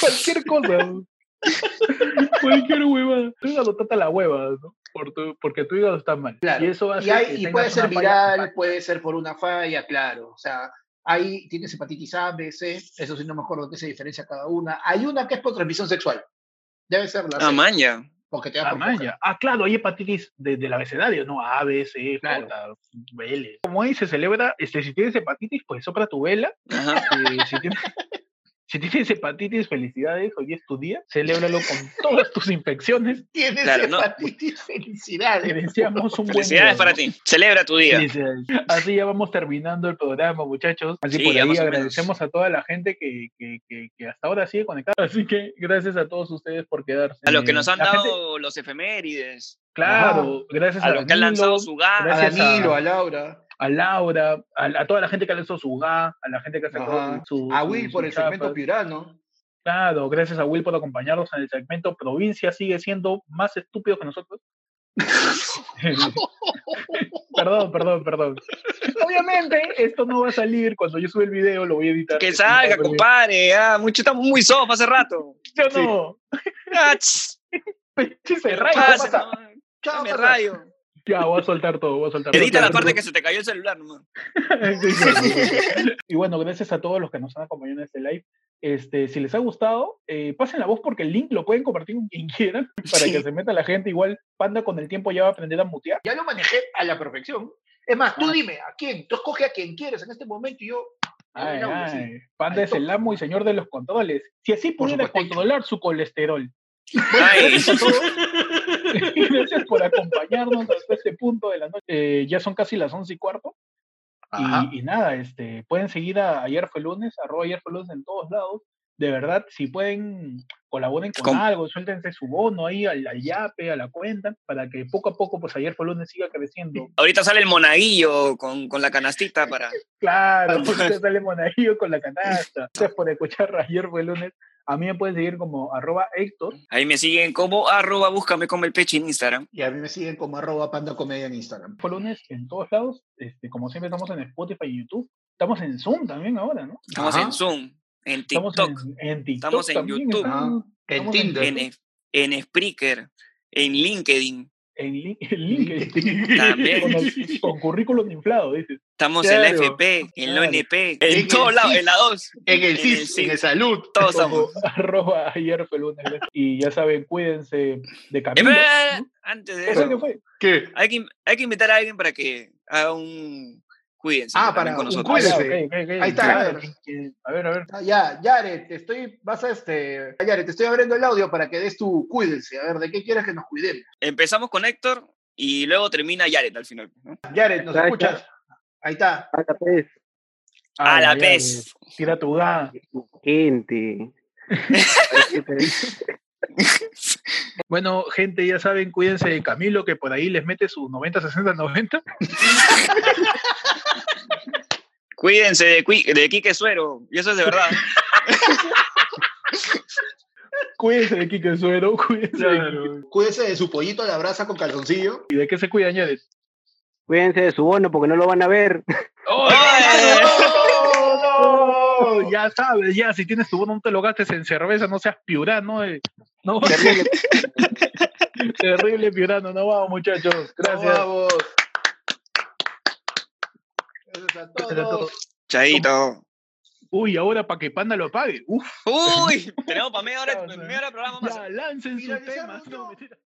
Cualquier cosa. Cualquier hueva. Tu hígado trata la hueva, ¿no? Por tu- porque tu hígado está mal. Claro. Y eso hace Y, hay- Ah, que y tengas puede una ser falla viral, fatal. puede ser por una falla, claro. O sea, hay, tienes hepatitis A, B, C, eso sí no me acuerdo qué se diferencia cada una. Hay una que es por transmisión sexual. Debe ser la Ah, C, maña. porque te da Ah, por man, coca. ya. Ah, claro, hay hepatitis desde el abecedario, ¿no? A, B, C, Claro. J, L. Como ahí se celebra, este, si tienes hepatitis, pues sopra tu vela. Ajá. Eh, si, tienes, si tienes hepatitis, felicidades, hoy es tu día. Celébralo con todas tus infecciones. Tienes Claro, no. hepatitis, Te felicidades. deseamos un buen día, Felicidades ¿no? para ti. Celebra tu día. Felicidades. Así ya vamos terminando el programa, muchachos. Así Sí, por ya ahí más o agradecemos a toda la gente que, que, que, que hasta ahora sigue conectada. Así que gracias a todos ustedes por quedarse. A los que Eh, nos han la dado gente- los efemérides, claro, gracias a, a los que han Danilo, lanzado su gas. A Gracias a- Danilo, a Laura, a Laura, a, a toda la gente que ha lanzado su GA, a la gente que ha sacado Ajá. su. a su- Will su por el chapa. segmento piurano. Claro, gracias a Will por acompañarnos en el segmento. Provincia sigue siendo más estúpido que nosotros. perdón, perdón, perdón. Obviamente, esto no va a salir. Cuando yo sube el video, lo voy a editar. Que Esto no va a salga, salir. compadre. Ah, mucho, estamos muy soft hace rato. Yo no. Ah, ch, Pinche ¿qué rayo, ¿qué pasa, pasa? no? Chao, Dame pata. rayo. Ya, voy a soltar todo, voy a soltar Edita todo. la parte que se te cayó el celular, nomás. Sí, sí, sí. y bueno, gracias a todos los que nos han acompañado en este live. Este, si les ha gustado, eh, pasen la voz porque el link lo pueden compartir con quien quieran para Sí. que se meta la gente. Igual Panda con el tiempo ya va a aprender a mutear. Ya lo manejé a la perfección. Es más, tú Ah. dime a quién, tú escoge a quien quieres en este momento y yo. Ay, Mira, ay, sí. Panda Al es el toque. amo y señor de los controles. Si así Por pudiera supuesto. controlar su colesterol. Ay, Gracias por acompañarnos hasta este punto de la noche. Eh, ya son casi las once y cuarto. Ajá. Y, y nada, este, pueden seguir a Ayer Fue Lunes, arroba Ayer Fue Lunes en todos lados. De verdad, si pueden, colaboren con, Con- algo, suéltense su bono ahí al, al Yape, a la cuenta, para que poco a poco, pues Ayer Fue Lunes siga creciendo. ahorita sale el monaguillo con, con la canastita para. Claro, porque sale Monaguillo con la canasta. Gracias por escuchar Ayer Fue Lunes. A mí me pueden seguir como arroba Héctor. Ahí me siguen como arroba búscame como el pecho en Instagram. Y a mí me siguen como arroba panda comedia en Instagram. Fue Lunes en todos lados. Este, como siempre, estamos en Spotify y YouTube. Estamos en Zoom también ahora, ¿no? Estamos Ajá. en Zoom, en TikTok, Estamos en, en TikTok. Estamos en también, YouTube. estamos- En estamos en Tinder. en, en Spreaker, en LinkedIn. En, lin- en LinkedIn. con, También. el- con currículum inflado, dices. Estamos en la Claro, FP, en la claro. ONP, En en el todos lados, CIS, en la 2. En el En el CIS, CIS. en el salud. Todos Como estamos. arroba ayer fue lunes. Y ya saben, cuídense de Camilo. Espera, Antes de ¿Eso qué eso, fue? ¿Qué? hay que, hay que invitar a alguien para que haga un. Cuídense. Ah, para también con un Ah, nosotros. ya, Cuídense. ok, ok, ok. Ahí está. Ya, eh, A ver, a ver. Ah, ya, Yaret, te estoy, vas a este, Yaret, te estoy abriendo el audio para que des tu cuídense. A ver, ¿de qué quieres que nos cuidemos? Empezamos con Héctor y luego termina Yaret al final. ¿no? Yaret, ¿nos Ahí escuchas? Ahí está. A la vez, A la Ay, vez. ay, Tira tu da. gente. Bueno, gente, ya saben, cuídense de Camilo, que por ahí les mete sus 90, 60, 90. Cuídense de, Qui- de Quique Suero. Y eso es de verdad. Cuídense de Kike Suero, cuídense de Quique- Cuídense de su pollito de abraza con calzoncillo. ¿Y de qué se cuidan, Yaret? Cuídense de su bono porque no lo van a ver. ¡Oh, ¡Ay! no! No, Ya sabes, ya, si tienes tu bono, no te lo gastes en cerveza, no seas piurano. eh. No, Terrible. terrible piurano, no vamos, muchachos. Gracias. Vamos. Gracias a Gracias a todos. todos. Chaito. Uy, ahora para que Panda lo apague. Uf, Uy, tenemos para media hora, media hora de programa más. ya lancen sus Finalizamos, temas. No, no. mentira.